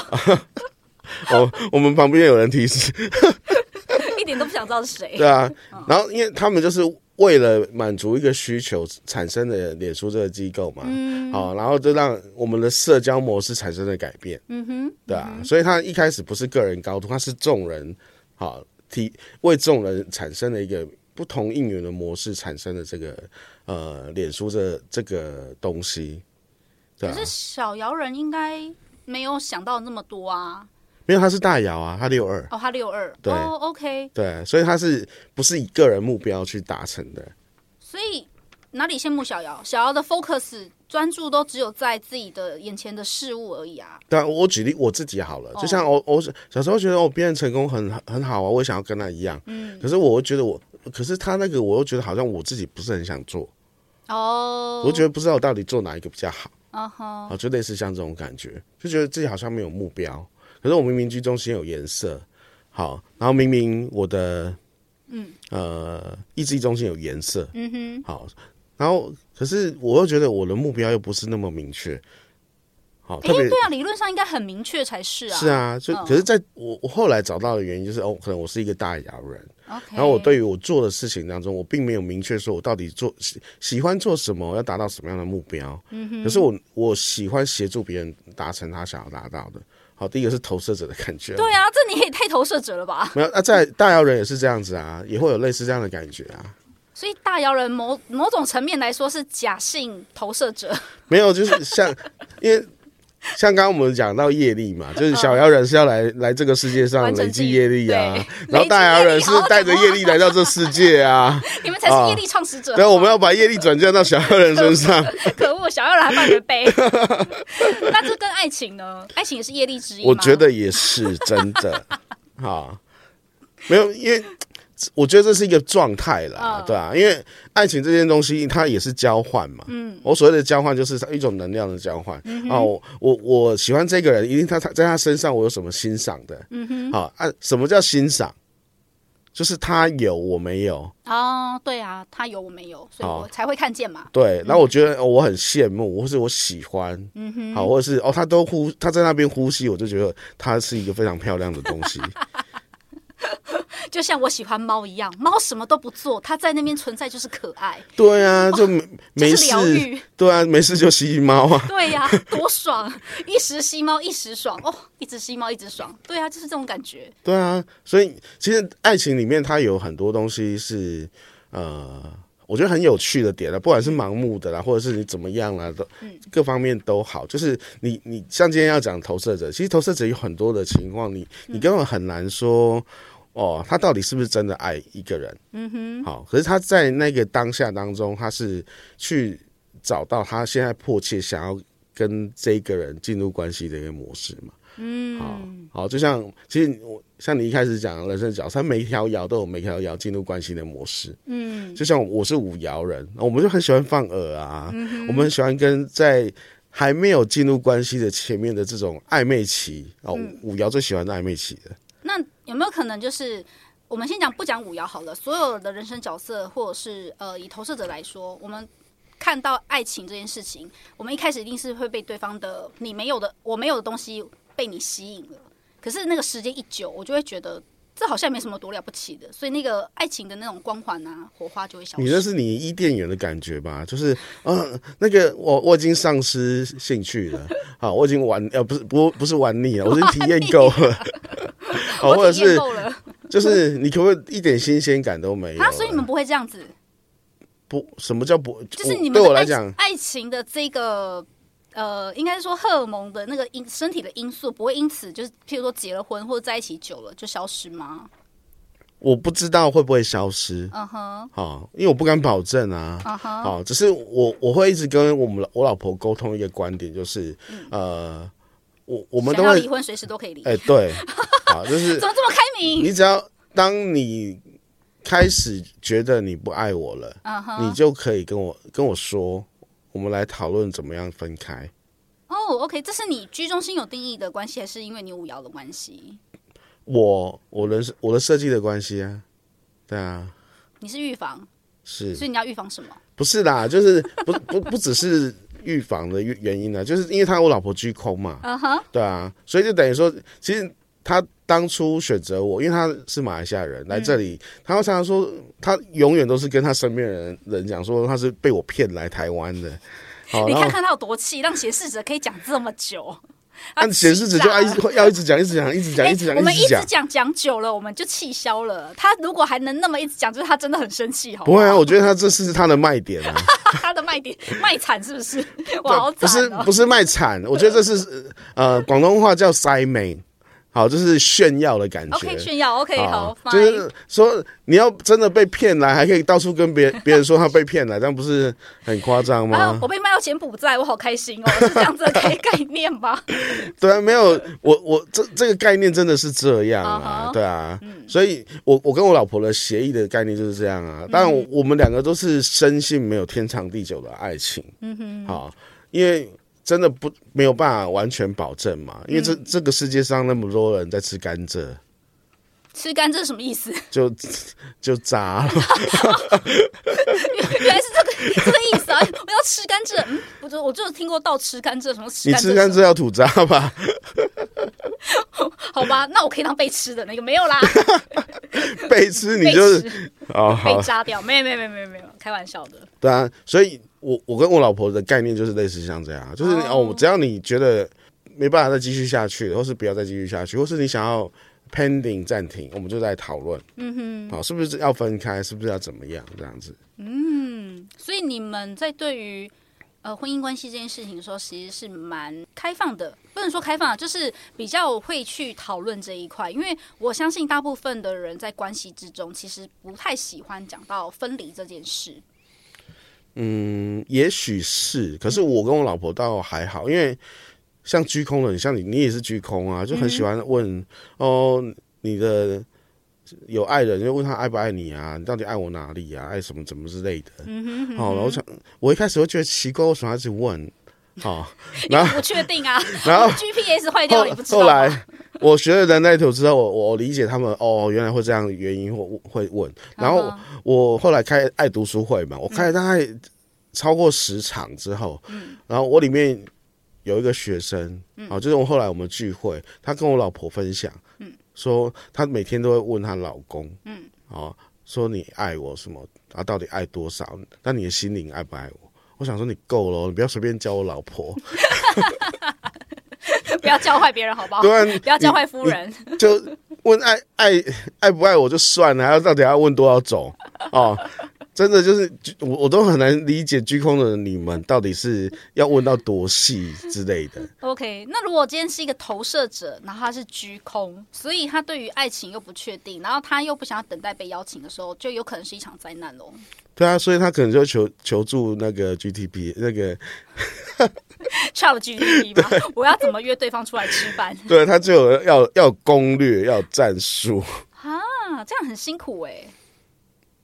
[SPEAKER 2] 哦，我们旁边有人提 示，
[SPEAKER 1] 一点都不想知道是谁。
[SPEAKER 2] 对啊，然后因为他们就是为了满足一个需求产生的脸书这个机构嘛，嗯，好、然后就让我们的社交模式产生了改变，嗯哼，对啊，所以他一开始不是个人高度，他是众人，好、提为众人产生了一个不同应援的模式产生的这个呃脸书这这个东西，对
[SPEAKER 1] 可
[SPEAKER 2] 啊
[SPEAKER 1] 是，小姚人应该没有想到那么多啊。
[SPEAKER 2] 因为他是大姚啊，他六二，
[SPEAKER 1] 哦，他六二，
[SPEAKER 2] 对
[SPEAKER 1] 哦，OK，
[SPEAKER 2] 对，所以他是不是以个人目标去达成的？
[SPEAKER 1] 所以哪里羡慕小姚？小姚的 focus 专注都只有在自己的眼前的事物而已啊。
[SPEAKER 2] 但我举例我自己好了，
[SPEAKER 1] 哦
[SPEAKER 2] 就像我我小时候觉得哦，别人成功很很好啊，我也想要跟他一样。嗯，可是我会觉得我可是他那个我又觉得好像我自己不是很想做，
[SPEAKER 1] 哦，
[SPEAKER 2] 我觉得不知道我到底做哪一个比较好，
[SPEAKER 1] 嗯哼，
[SPEAKER 2] 啊，就类似像这种感觉，就觉得自己好像没有目标。可是我明明居中心有颜色，好，然后明明我的，嗯，呃，意志力中心有颜色，
[SPEAKER 1] 嗯哼，
[SPEAKER 2] 好，然后可是我又觉得我的目标又不是那么明确，好，
[SPEAKER 1] 哎
[SPEAKER 2] 特，别
[SPEAKER 1] 对啊，理论上应该很明确才是啊，
[SPEAKER 2] 是啊，就
[SPEAKER 1] 嗯
[SPEAKER 2] 可是在我我后来找到的原因就是哦，可能我是一个大雅人，
[SPEAKER 1] ，OK，
[SPEAKER 2] 然后我对于我做的事情当中，我并没有明确说我到底做喜喜欢做什么，要达到什么样的目标。嗯、可是我我喜欢协助别人达成他想要达到的。好，第一个是投射者的感觉，
[SPEAKER 1] 对啊，这你也太投射者了吧？
[SPEAKER 2] 没有啊，在大姚人也是这样子啊，也会有类似这样的感觉啊。
[SPEAKER 1] 所以大姚人某某种层面来说是假性投射者，
[SPEAKER 2] 没有，就是像因为。像刚刚我们讲到业力嘛，就是小姚人是要来来这个世界上
[SPEAKER 1] 嗯完成
[SPEAKER 2] 累
[SPEAKER 1] 自
[SPEAKER 2] 积
[SPEAKER 1] 己
[SPEAKER 2] 业力啊
[SPEAKER 1] 对，
[SPEAKER 2] 然后大姚人是
[SPEAKER 1] 累积业力好好
[SPEAKER 2] 带着业力来到这世界 啊，
[SPEAKER 1] 你们才是业力创始者。
[SPEAKER 2] 对，啊我们要把业力转嫁到小姚人身上。
[SPEAKER 1] 可恶，小姚人还半个 杯。 那这跟爱情呢？爱情也是业力之一吗
[SPEAKER 2] 我觉得也是真 的，哈，没有，因为我觉得这是一个状态啦，
[SPEAKER 1] 嗯
[SPEAKER 2] 对啊，因为爱情这件东西它也是交换嘛，嗯，我所谓的交换就是一种能量的交换、啊，我我我喜欢这个人，一定他他在他身上我有什么欣赏的，嗯哼，好啊，什么叫欣赏？就是他有我没有，
[SPEAKER 1] 哦，对啊，他有我没有，所以我
[SPEAKER 2] 好
[SPEAKER 1] 才会看见嘛。
[SPEAKER 2] 对，然后我觉得、哦我很羡慕，或是我喜欢，嗯哼，好，或者是哦，他都呼，他在那边呼吸，我就觉得他是一个非常漂亮的东 西，
[SPEAKER 1] 就像我喜欢猫一样，猫什么都不做，它在那边存在就是可爱，
[SPEAKER 2] 对啊，就没、
[SPEAKER 1] 就
[SPEAKER 2] 没
[SPEAKER 1] 哦是疗
[SPEAKER 2] 事，
[SPEAKER 1] 愈。
[SPEAKER 2] 对啊，没事就吸猫啊。
[SPEAKER 1] 对呀、多爽！ 一时吸猫一时爽哦，一直吸猫一直爽。对啊，就是这种感觉。
[SPEAKER 2] 对啊，所以其实爱情里面它有很多东西是呃，我觉得很有趣的点了，啊不管是盲目的啦，或者是你怎么样啦，都、各方面都好。就是你你像今天要讲投射者，其实投射者有很多的情况，你你根本很难说。哦，他到底是不是真的爱一个人？嗯哼，好，可是他在那个当下当中，他是去找到他现在迫切想要跟这个人进入关系的一个模式嘛。嗯，好，好，就像其实我像你一开始讲的人生角色，他每一条爻都有每一条爻进入关系的模式。嗯，就像我是五爻人，我们就很喜欢放饵啊，
[SPEAKER 1] 嗯
[SPEAKER 2] 我们很喜欢跟在。还没有进入关系的前面的这种暧昧期哦，
[SPEAKER 1] 嗯
[SPEAKER 2] 五爻最喜欢的暧昧期的，
[SPEAKER 1] 那有没有可能就是？我们先讲不讲五爻好了，所有的人生角色或者是呃以投射者来说，我们看到爱情这件事情，我们一开始一定是会被对方的你没有的我没有的东西被你吸引了。可是那个时间一久，我就会觉得这好像也没什么多了不起的，所以那个爱情的那种光环啊火花就会消
[SPEAKER 2] 你那
[SPEAKER 1] 失。
[SPEAKER 2] 是你伊甸园的感觉吧？就是，嗯、那个我我已经丧失兴趣了，好，我已经玩呃不是不不是玩腻了，我已经体验够了，好，或者
[SPEAKER 1] 我体验
[SPEAKER 2] 是
[SPEAKER 1] 够了
[SPEAKER 2] 就是你可不可以一点新鲜感都没有了？
[SPEAKER 1] 啊，所以你们不会这样子，
[SPEAKER 2] 不什么叫不？
[SPEAKER 1] 就是
[SPEAKER 2] 我
[SPEAKER 1] 你们
[SPEAKER 2] 对
[SPEAKER 1] 的
[SPEAKER 2] 我来
[SPEAKER 1] 爱
[SPEAKER 2] 讲，
[SPEAKER 1] 爱情的这个呃，应该说荷尔蒙的那个因身体的因素，不会因此就是譬如说结了婚或者在一起久了就消失吗？
[SPEAKER 2] 我不知道会不会消失，
[SPEAKER 1] 嗯哼，
[SPEAKER 2] 好，因为我不敢保证啊。
[SPEAKER 1] 嗯哼，
[SPEAKER 2] 好，只是我我会一直跟我们我老婆沟通一个观点，就是呃，我我
[SPEAKER 1] 我
[SPEAKER 2] 们都
[SPEAKER 1] 嗯要
[SPEAKER 2] 会
[SPEAKER 1] 离婚随时都可以离，
[SPEAKER 2] 哎、对，好， 就是
[SPEAKER 1] 怎么这么开明？
[SPEAKER 2] 你只要当你开始觉得你不爱我了，
[SPEAKER 1] 嗯哼，
[SPEAKER 2] 你就可以跟我跟我说，我们来讨论怎么样分开。
[SPEAKER 1] 哦，OK，这是你居中心有定义的关系，还是因为你五爻的关系？
[SPEAKER 2] 我我人我的设计的关系啊，对啊，
[SPEAKER 1] 你是预防，
[SPEAKER 2] 是
[SPEAKER 1] 所以你要预防什么？
[SPEAKER 2] 不是啦？就是不不不只是预防的原原因呢、就是因为他我老婆居空嘛，
[SPEAKER 1] 嗯哼，
[SPEAKER 2] 对啊，所以就等于说，其实他当初选择我，因为他是马来西亚人来这里，
[SPEAKER 1] 嗯
[SPEAKER 2] 他会常常说，他永远都是跟他身边的人人讲说他是被我骗来台湾的。好，
[SPEAKER 1] 你
[SPEAKER 2] 然后
[SPEAKER 1] 看啊看他有多气，让显示者可以讲这么 久。
[SPEAKER 2] 按显示者就要一直要一直讲，一直讲，一直讲，
[SPEAKER 1] 哎
[SPEAKER 2] 一直讲，
[SPEAKER 1] 我们
[SPEAKER 2] 一直讲
[SPEAKER 1] 直。讲讲久了，我们就气消了。他如果还能那么一直讲，就是他真的很生气，好
[SPEAKER 2] 不
[SPEAKER 1] 好
[SPEAKER 2] 会啊，我觉得他这是他的卖点啊，
[SPEAKER 1] 他的卖点卖惨是不是？ 哇，好
[SPEAKER 2] 不
[SPEAKER 1] 惨
[SPEAKER 2] 是
[SPEAKER 1] 哦！
[SPEAKER 2] 不是卖惨，我觉得这是呃广东话叫塞美，好，就是炫耀的感觉。
[SPEAKER 1] OK，炫耀 OK，好
[SPEAKER 2] 好，
[SPEAKER 1] ，fine，
[SPEAKER 2] 就是说你要真的被骗来，还可以到处跟别别人说他被骗来，这样不是很夸张
[SPEAKER 1] 然后啊
[SPEAKER 2] 吗
[SPEAKER 1] 我？被卖到柬埔寨，我好开心哦，是这样子的概概念吧？
[SPEAKER 2] 对啊，没有，我我这这个概念真的是这样啊
[SPEAKER 1] 啊哈
[SPEAKER 2] 对啊，所以我我跟我老婆的协议的概念就是这样啊。
[SPEAKER 1] 嗯
[SPEAKER 2] 当然，我我们两个都是深信没有天长地久的爱情，嗯哼，好，因为。真的不没有办法完全保证嘛，
[SPEAKER 1] 嗯
[SPEAKER 2] 因为这、这个世界上那么多人在吃甘蔗，
[SPEAKER 1] 吃甘蔗是什么意思？
[SPEAKER 2] 就就渣了。
[SPEAKER 1] 原来是这个这个意思啊！我要吃甘蔗，嗯，我就我就听过倒吃甘蔗，什么吃
[SPEAKER 2] 你
[SPEAKER 1] 甘蔗
[SPEAKER 2] 吃
[SPEAKER 1] 什
[SPEAKER 2] 甘
[SPEAKER 1] 么，
[SPEAKER 2] 蔗要吐渣 吧？
[SPEAKER 1] 好吧？那我可以当被吃的那个没有啦，
[SPEAKER 2] 被吃 你
[SPEAKER 1] 被
[SPEAKER 2] 就是
[SPEAKER 1] 吃
[SPEAKER 2] 哦，好
[SPEAKER 1] 被，扎掉，没有没有没有没有没有，开玩笑的。
[SPEAKER 2] 对啊，所以我我跟我老婆的概念就是类似像这样，就是哦
[SPEAKER 1] 哦
[SPEAKER 2] 只要你觉得没办法再继续下去，或是不要再继续下去，或是你想要 pending 暂停，我们就在讨论，嗯哼，好，是不是要分开，是不是要怎么样这样子？
[SPEAKER 1] 所以你们在对于呃婚姻关系这件事情的时候，其实是蛮开放的，不能说开放啊，就是比较会去讨论这一块。因为我相信大部分的人在关系之中，其实不太喜欢讲到分离这件 事。
[SPEAKER 2] 嗯，也许是，可是我跟我老婆倒还好，因为像居空的，你像你，你也是居空啊，就很喜欢问、哦，你的有爱人就问他爱不爱你啊，你到底爱我哪里啊，爱什么怎么之类的。嗯哼哦，然后我想，我一开始会觉得奇怪，为什么要一直问？哦，然后
[SPEAKER 1] 不确定 啊，
[SPEAKER 2] 然后
[SPEAKER 1] GPS 坏掉
[SPEAKER 2] 后
[SPEAKER 1] 了，你不知道
[SPEAKER 2] 后
[SPEAKER 1] 吗
[SPEAKER 2] 来我学了人类图之后，我我理解他们哦，原来会这样的原因会会问。然后
[SPEAKER 1] 嗯
[SPEAKER 2] 我后来开爱读书会嘛，我开了大概超过十场之后，
[SPEAKER 1] 嗯
[SPEAKER 2] 然后我里面有一个学生，哦，就是我后来我们聚会，他跟我老婆分享，
[SPEAKER 1] 嗯
[SPEAKER 2] 说她每天都会问她老公，嗯，哦，说你爱我什么啊？到底爱多少？那你的心灵爱不爱我？我想说你够了哦，你不要随便叫我老婆，
[SPEAKER 1] 不要教坏别人好不好？
[SPEAKER 2] 对啊，
[SPEAKER 1] 不要教
[SPEAKER 2] 你
[SPEAKER 1] 坏夫人，
[SPEAKER 2] 就问爱爱爱不爱我就算了，还要到底要问多少种哦？真的就是我我都很难理解居空的你们到底是要问到多细之类的。
[SPEAKER 1] OK，那如果今天是一个投射者，然后他是居空，所以他对于爱情又不确定，然后他又不想要等待被邀请的时候，就有可能是一场灾难喽。
[SPEAKER 2] 对啊，所以他可能就求求助那个 GTP 那个，
[SPEAKER 1] Chat GPT 吗？我要怎么约对方出来吃饭
[SPEAKER 2] 对啊他就有要要有攻略，要有战术。
[SPEAKER 1] 啊？这样很辛苦哎、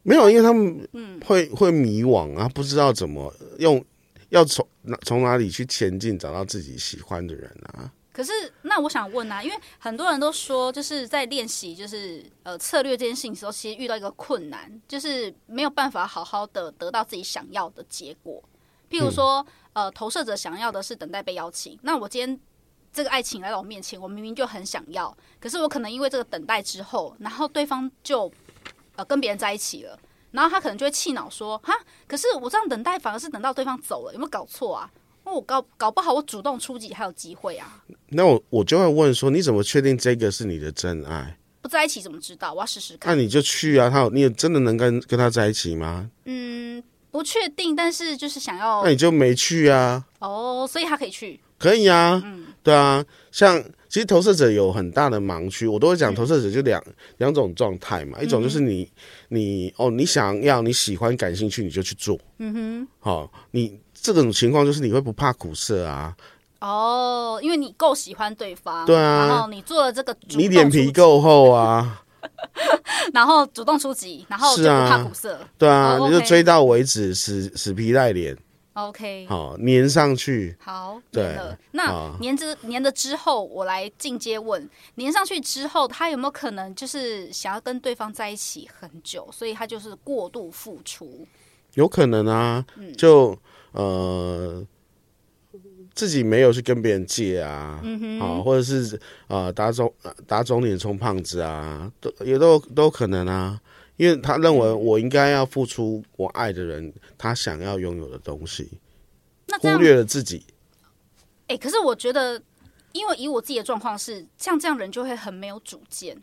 [SPEAKER 2] 没有，因为他们会会迷惘啊，不知道怎么用，要从哪从哪里去前进，找到自己喜欢的人啊。
[SPEAKER 1] 可是，那我想问啊，因为很多人都说，就是在练习就是呃策略这件事情的时候，其实遇到一个困难，就是没有办法好好的得到自己想要的结果。譬如说，呃，投射者想要的是等待被邀请，那我今天这个爱情来到我面前，我明明就很想要，可是我可能因为这个等待之后，然后对方就呃跟别人在一起了。然后他可能就会气恼说：“哈，可是我这样等待反而是等到对方走了，有没有搞错啊？那我搞搞不好我主动出击还有机会啊。”
[SPEAKER 2] 那我我就会问说，你怎么确定这个是你的真爱？
[SPEAKER 1] 不在一起怎么知道？我要试试
[SPEAKER 2] 那、
[SPEAKER 1] 看。
[SPEAKER 2] 你就去啊，他有你有真的能跟跟他在一起吗？
[SPEAKER 1] 嗯，不确定，但是就是想要
[SPEAKER 2] 那你就没去啊，
[SPEAKER 1] 哦，所以他可以去。
[SPEAKER 2] 可以啊，对啊，像其实投射者有很大的盲区，我都会
[SPEAKER 1] 嗯
[SPEAKER 2] 讲投射者就两两、种状态嘛，一种就是你、你哦你想要你喜欢感兴趣你就去做，嗯哼，好、你这种情况就是你会不怕苦涩啊，
[SPEAKER 1] 哦，因为你够喜欢对方，
[SPEAKER 2] 对啊
[SPEAKER 1] 然后你做了这个主动
[SPEAKER 2] 你脸皮够厚啊，
[SPEAKER 1] 出击，然后主动出击，然后就是不
[SPEAKER 2] 啊
[SPEAKER 1] 怕苦涩。
[SPEAKER 2] 对啊，
[SPEAKER 1] 哦
[SPEAKER 2] 你就
[SPEAKER 1] OK
[SPEAKER 2] 追到为止，死死皮赖脸，
[SPEAKER 1] OK，
[SPEAKER 2] 好、粘上去，
[SPEAKER 1] 好，
[SPEAKER 2] 对
[SPEAKER 1] 粘了。那粘之粘了之后，我来进阶问，粘上去之后，他有没有可能就是想要跟对方在一起很久，所以他就是过度付出？
[SPEAKER 2] 有可能啊，
[SPEAKER 1] 嗯
[SPEAKER 2] 就呃自己没有去跟别人借啊，
[SPEAKER 1] 嗯
[SPEAKER 2] 啊，或者是呃打肿打肿脸充胖子啊，都也都都有可能啊，因为他认为
[SPEAKER 1] 嗯
[SPEAKER 2] 我应该要付出我爱的人他想要拥有的东西，
[SPEAKER 1] 那这
[SPEAKER 2] 忽
[SPEAKER 1] 样
[SPEAKER 2] 略了自己。
[SPEAKER 1] 哎、可是我觉得，因为以我自己的状况是，像这样人就会很没有主见。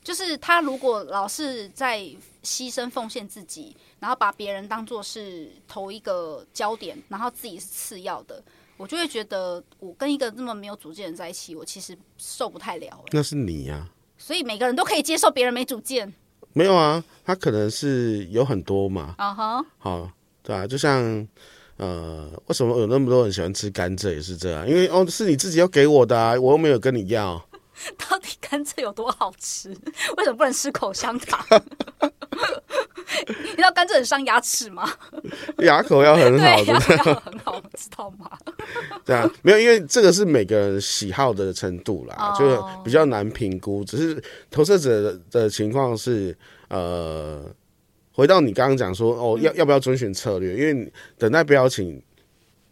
[SPEAKER 1] 就是他如果老是在牺牲奉献自己，然后把别人当做是头一个焦点，然后自己是次要的，我就会觉得我跟一个那么没有主见的人在一起，我其实受不太了、欸
[SPEAKER 2] 那是你呀、
[SPEAKER 1] 所以每个人都可以接受别人没主见。
[SPEAKER 2] 没有啊，他可能是有很多嘛，
[SPEAKER 1] 啊哈，
[SPEAKER 2] 好，对啊，就像呃，为什么有那么多人喜欢吃甘蔗也是这样？因为哦，是你自己要给我的、啊，我又没有跟你要。
[SPEAKER 1] 到底甘蔗有多好吃？为什么不能吃口香糖？ 你知道甘蔗很伤牙齿吗？
[SPEAKER 2] 牙口要很好
[SPEAKER 1] 对，
[SPEAKER 2] 的
[SPEAKER 1] 牙，口要很好，知道吗？
[SPEAKER 2] 对啊，没有，因为这个是每个人喜好的程度啦，
[SPEAKER 1] 哦
[SPEAKER 2] 就比较难评估。只是投射者的的情况是，呃，回到你刚刚讲说，哦，要要不要遵循策略？因为你等待邀请，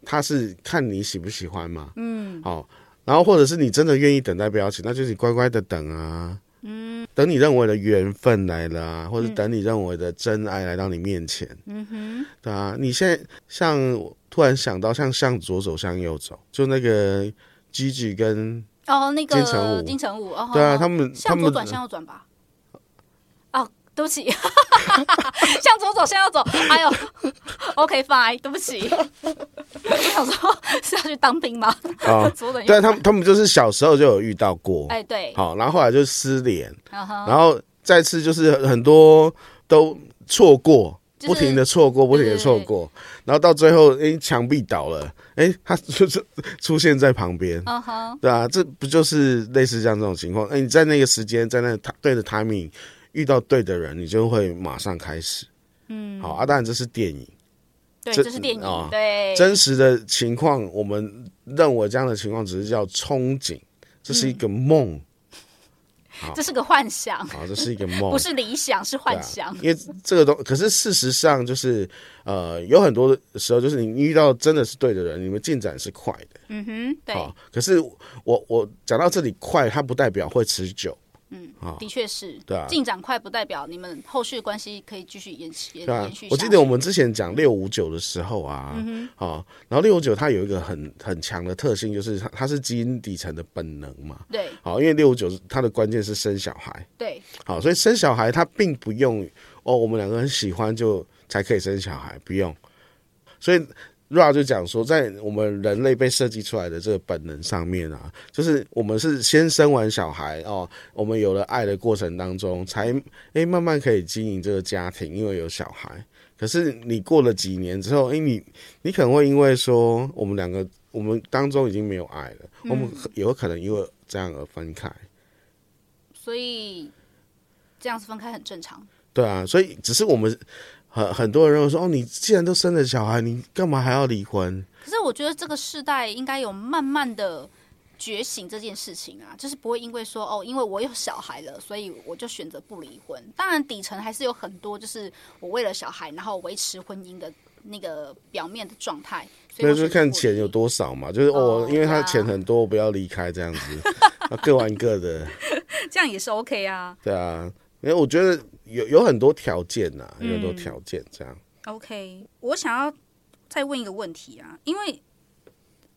[SPEAKER 2] 他是看你喜不喜欢嘛，嗯，好、然后或者是你真的愿意等待邀请，那就是你乖乖的等啊。嗯，等你认为的缘分来了啊，或者等你认为的真爱来到你面前。嗯哼，对啊，你现在像我突然想到，像向左走，向右走，就那个 Gigi 跟
[SPEAKER 1] 哦，那个
[SPEAKER 2] 金城武
[SPEAKER 1] 金城武，哦，
[SPEAKER 2] 对啊，
[SPEAKER 1] 哦
[SPEAKER 2] 他们他
[SPEAKER 1] 向左
[SPEAKER 2] 们
[SPEAKER 1] 转，向右转吧。哦，对不起， 向左走，向右走。哎呦，OK fine，对不起。我想说，是要去当兵吗？
[SPEAKER 2] 哦
[SPEAKER 1] 左转右
[SPEAKER 2] 对啊，他们他们就是小时候就有遇到过，
[SPEAKER 1] 哎，对，
[SPEAKER 2] 好，然后后来就失联，
[SPEAKER 1] 嗯哼
[SPEAKER 2] 然后再次就是很多都错过。
[SPEAKER 1] 就是
[SPEAKER 2] 不停的错过，不停的错过，然后到最后，哎，墙壁倒了，哎， 他就是出现在旁边，
[SPEAKER 1] 嗯哼，
[SPEAKER 2] 对啊，这不就是类似像这种情况？哎，你在那个时间，在那个 ti- 对的 timing 遇到对的人，你就会马上开始。嗯，好啊，当然这是电影，
[SPEAKER 1] 对，
[SPEAKER 2] 这
[SPEAKER 1] 这是电影，
[SPEAKER 2] 哦
[SPEAKER 1] 对，
[SPEAKER 2] 真实的情况，我们认为这样的情况只是叫憧憬，这是一个梦，
[SPEAKER 1] 嗯这是个幻想，
[SPEAKER 2] 好，这是一个 梦，
[SPEAKER 1] 不是理想，是幻想。
[SPEAKER 2] 啊因为这个东，可是事实上就是，呃，有很多的时候就是你遇到真的是对的人，你们进展是快的。
[SPEAKER 1] 嗯哼，对，
[SPEAKER 2] 好，可是我我讲到这里快，它不代表会持久。
[SPEAKER 1] 的确是。
[SPEAKER 2] 对啊
[SPEAKER 1] 进展快不代表你们后续关系可以继续延续延
[SPEAKER 2] 对啊
[SPEAKER 1] 延续，下去。嗯
[SPEAKER 2] 我记得我们之前讲六五九的时候啊，好、然后六五九它有一个很很强的特性，就是它它是基因底层的本能嘛。
[SPEAKER 1] 对
[SPEAKER 2] 好，因为六五九它的关键是生小孩，
[SPEAKER 1] 对
[SPEAKER 2] 好，所以生小孩它并不用哦，我们两个很喜欢就才可以生小孩，不用。所以 Ra 就讲说，在我们人类被设计出来的这个本能上面啊，就是我们是先生完小孩哦，我们有了爱的过程当中，才诶慢慢可以经营这个家庭，因为有小孩。可是你过了几年之后，诶，你你可能会因为说我们两个我们当中已经没有爱了，我们可也有可能因为这样而分开。
[SPEAKER 1] 所以这样子分开很正常。
[SPEAKER 2] 对啊，所以只是我们很很多人会说，哦，你既然都生了小孩，你干嘛还要离婚？
[SPEAKER 1] 可是我觉得这个世代应该有慢慢的觉醒这件事情啊，就是不会因为说哦，因为我有小孩了，所以我就选择不离婚。当然底层还是有很多，就是我为了小孩，然后维持婚姻的那个表面的状态。所以
[SPEAKER 2] 那
[SPEAKER 1] 我
[SPEAKER 2] 就是
[SPEAKER 1] 选择
[SPEAKER 2] 看
[SPEAKER 1] 不离
[SPEAKER 2] 钱有多少嘛，就是哦
[SPEAKER 1] 哦，
[SPEAKER 2] 因
[SPEAKER 1] 对
[SPEAKER 2] 为他
[SPEAKER 1] 啊
[SPEAKER 2] 钱很多，我不要离开这样子， 啊各玩各的，
[SPEAKER 1] 这样也是 OK 啊
[SPEAKER 2] 对啊，因为我觉得有有很多条件呐、有很多条件这样。
[SPEAKER 1] ，OK。我想要再问一个问题啊，因为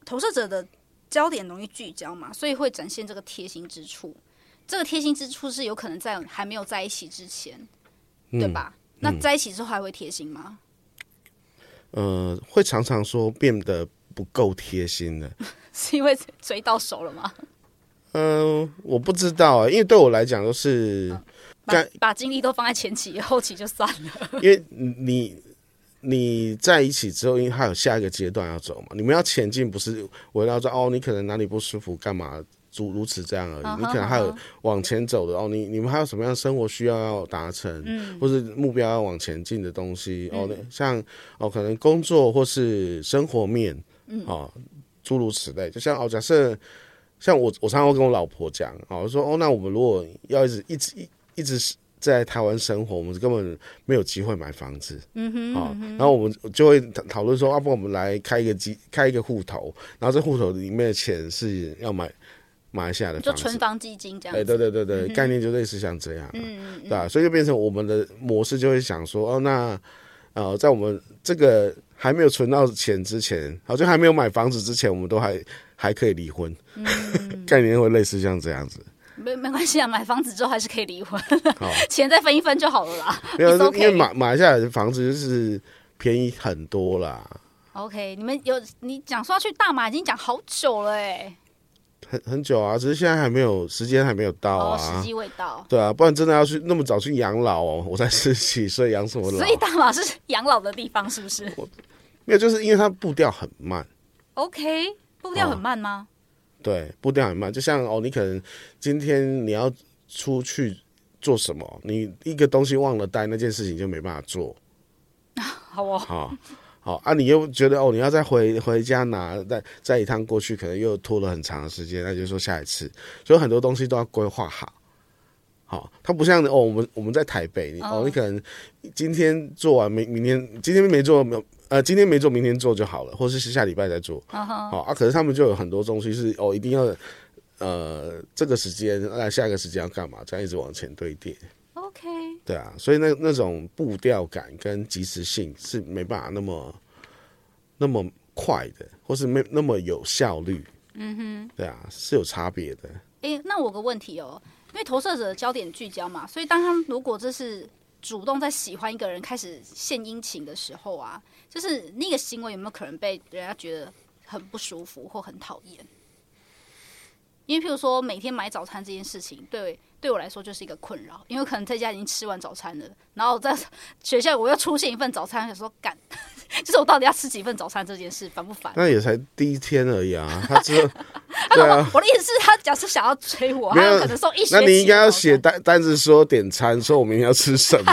[SPEAKER 1] 投射者的焦点容易聚焦嘛，所以会展现这个贴心之处。这个贴心之处是有可能在还没有在一起之前，对吧？那在一起之后还会贴心吗？
[SPEAKER 2] 呃，会常常说变得不够贴心了。
[SPEAKER 1] 是因为追到手了吗？
[SPEAKER 2] 嗯、我不知道啊、因为对我来讲，就是
[SPEAKER 1] 把
[SPEAKER 2] 干
[SPEAKER 1] 把精力都放在前期，后期就算了。
[SPEAKER 2] 因为你你在一起之后，因为还有下一个阶段要走嘛，你们要前进，不是围绕着哦，你可能哪里不舒服，干嘛如如此这样而已。
[SPEAKER 1] 嗯哼
[SPEAKER 2] 你可能还有往前走的哦，你你们还有什么样的生活需要要达成，或是目标要往前进的东西哦，那像哦，可能工作或是生活面，哦，诸如此类。就像哦，假设像我，我常常会跟我老婆讲，哦，我说哦，那我们如果要一直一直一一直在台湾生活，我们根本没有机会买房子，嗯哼，哦，然后我们就会讨讨论说，要、啊不我们来开一个机，开一个户头，然后这户头里面的钱是要买马来西亚的
[SPEAKER 1] 就
[SPEAKER 2] 房
[SPEAKER 1] 存
[SPEAKER 2] 子。
[SPEAKER 1] 房基金这样
[SPEAKER 2] 哎、
[SPEAKER 1] 子，
[SPEAKER 2] 对对对对，概念就类似像这样、嗯，对吧、所以就变成我们的模式就会想说，哦，那呃，在我们这个还没有存到钱之前，好像还没有买房子之前，我们都还还可以离婚， 概念会类似像这样子。
[SPEAKER 1] 没没关系啊，买房子之后还是可以离婚
[SPEAKER 2] 好，
[SPEAKER 1] 钱再分一 分就好了啦。
[SPEAKER 2] 没有，
[SPEAKER 1] It's
[SPEAKER 2] 因为
[SPEAKER 1] okay
[SPEAKER 2] 马马来西亚的房子就是便宜很多啦，
[SPEAKER 1] OK，你们有你讲说要去大马，已经讲好久了哎、
[SPEAKER 2] 很很久啊，只是现在还没有时间，还没有到
[SPEAKER 1] 哦，
[SPEAKER 2] 啊。
[SPEAKER 1] 时机未到，
[SPEAKER 2] 对啊，不然真的要去那么早去养老哦。我才十几岁，养什么老
[SPEAKER 1] 所？以大马是养老的地方，是不是
[SPEAKER 2] 没有，就是因为它步调很慢，
[SPEAKER 1] ？OK，步调很慢吗？
[SPEAKER 2] 对，步调很慢。就像哦，你可能今天你要出去做什么，你一个东西忘了带，那件事情就没办法做。
[SPEAKER 1] 好哦，
[SPEAKER 2] 好、好啊，你又觉得哦，你要再回回家拿，再再一趟过去，可能又拖了很长的时间，那就说下一次。所以很多东西都要规划好。好、它不像哦，我们我们在台北，你哦，你可能今天做完，明明天今天没做，没有呃，今天没做，明天做就好了，或是下礼拜再做。好、啊，可是他们就有很多东西是哦，一定要呃这个时间，那、下一个时间要干嘛，这样一直往前堆叠。
[SPEAKER 1] OK，
[SPEAKER 2] 对啊，所以那那种步调感跟及时性是没办法那么那么快的，或是没那么有效率。嗯哼，对啊，是有差别的。
[SPEAKER 1] 哎、那我有个问题哦，因为投射者的焦点聚焦嘛，所以当他们如果这是主动在喜欢一个人开始献殷勤的时候啊，就是那个行为有没有可能被人家觉得很不舒服或很讨厌？因为譬如说每天买早餐这件事情，对对我来说就是一个困扰，因为可能在家已经吃完早餐了，然后在 学校我又出现一份早餐，想说干， 就是我到底要吃几份早餐这件事烦不烦？
[SPEAKER 2] 那也才第一天而已啊，他 之后对啊，
[SPEAKER 1] 我的意思是，他假设想要追我，
[SPEAKER 2] 没
[SPEAKER 1] 他
[SPEAKER 2] 有
[SPEAKER 1] 有可能送一学期
[SPEAKER 2] 那
[SPEAKER 1] 的
[SPEAKER 2] 你应该要
[SPEAKER 1] 早餐
[SPEAKER 2] 写单单子说点餐，说我明天要吃什么。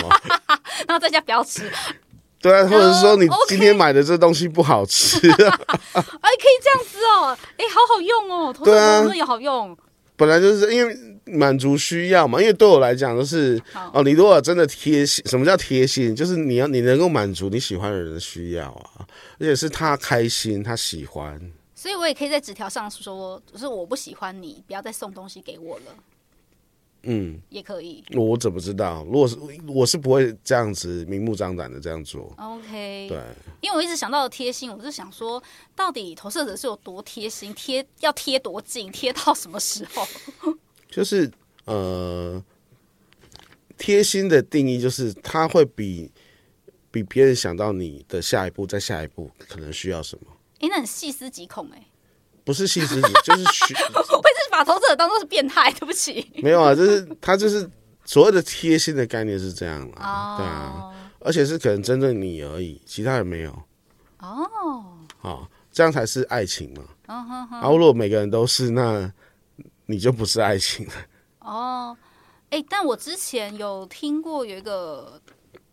[SPEAKER 1] 然后在家不要吃，哎，
[SPEAKER 2] 对啊，或者说你
[SPEAKER 1] 哦，OK
[SPEAKER 2] 今天买的这东西不好吃，
[SPEAKER 1] 哎可以这样子哦，哎，好好用哦，头
[SPEAKER 2] 对啊
[SPEAKER 1] 上真有好用，
[SPEAKER 2] 本来就是因为满足需要嘛，因为对我来讲就是
[SPEAKER 1] 好
[SPEAKER 2] 哦，你如果真的贴心，什么叫贴心？就是你要你能够满足你喜欢的人的需要啊，而且是他开心，他喜欢。
[SPEAKER 1] 所以我也可以在纸条上说，就是我不喜欢你，不要再送东西给我了，
[SPEAKER 2] 嗯，
[SPEAKER 1] 也可以。
[SPEAKER 2] 我我怎么知道？如果是我是不会这样子明目张胆的这样做，
[SPEAKER 1] OK，
[SPEAKER 2] 对，
[SPEAKER 1] 因为我一直想到贴心，我就想说，到底投射者是有多贴心，贴要贴多近，贴到什么时候？
[SPEAKER 2] 就是呃，贴心的定义就是他会比比别人想到你的下一步，在下一步可能需要什么，
[SPEAKER 1] 哎，那很细思极恐哎，
[SPEAKER 2] 不是细思极， 就是需
[SPEAKER 1] 我一直把投射者当做是变态，对不起。
[SPEAKER 2] 没有啊，就是他就是所谓的贴心的概念是这样啦，对啊，
[SPEAKER 1] 哦
[SPEAKER 2] 而且是可能针对你而已，其他人没有
[SPEAKER 1] 哦，
[SPEAKER 2] 啊，这样才是爱情嘛。
[SPEAKER 1] 嗯哼哼
[SPEAKER 2] 然后如果每个人都是，那你就不是爱情了。
[SPEAKER 1] 哦，哎、但我之前有听过有一个，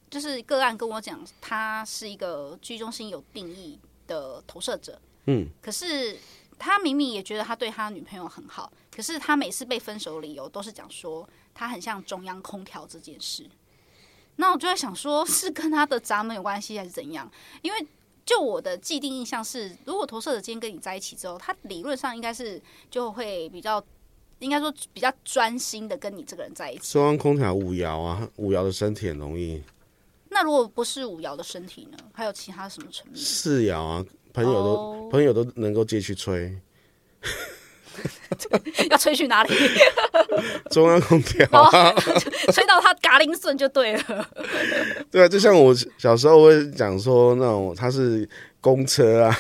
[SPEAKER 1] 就是个案跟我讲，他是一个居中心有定义的投射者，
[SPEAKER 2] 嗯，
[SPEAKER 1] 可是他明明也觉得他对他女朋友很好，可是他每次被分手的理由都是讲说他很像中央空调这件事。那我就在想说，是跟他的闸门有关系还是怎样？因为就我的既定印象是，如果投射者今天跟你在一起之后，他理论上应该是就会比较，应该说比较专心的跟你这个人在一起。
[SPEAKER 2] 中央空调五爻啊，五爻的身体很容易，
[SPEAKER 1] 那如果不是五爻的身体呢？还有其他什么层面？
[SPEAKER 2] 四爻啊，朋友都、
[SPEAKER 1] 哦
[SPEAKER 2] 朋友都能够借去吹
[SPEAKER 1] 要吹去 哪里？
[SPEAKER 2] 中央空调
[SPEAKER 1] 哦
[SPEAKER 2] 啊，
[SPEAKER 1] 吹到他嘎铃顺就对了。
[SPEAKER 2] 对啊，就像我小时候会讲说那种它是公车啊，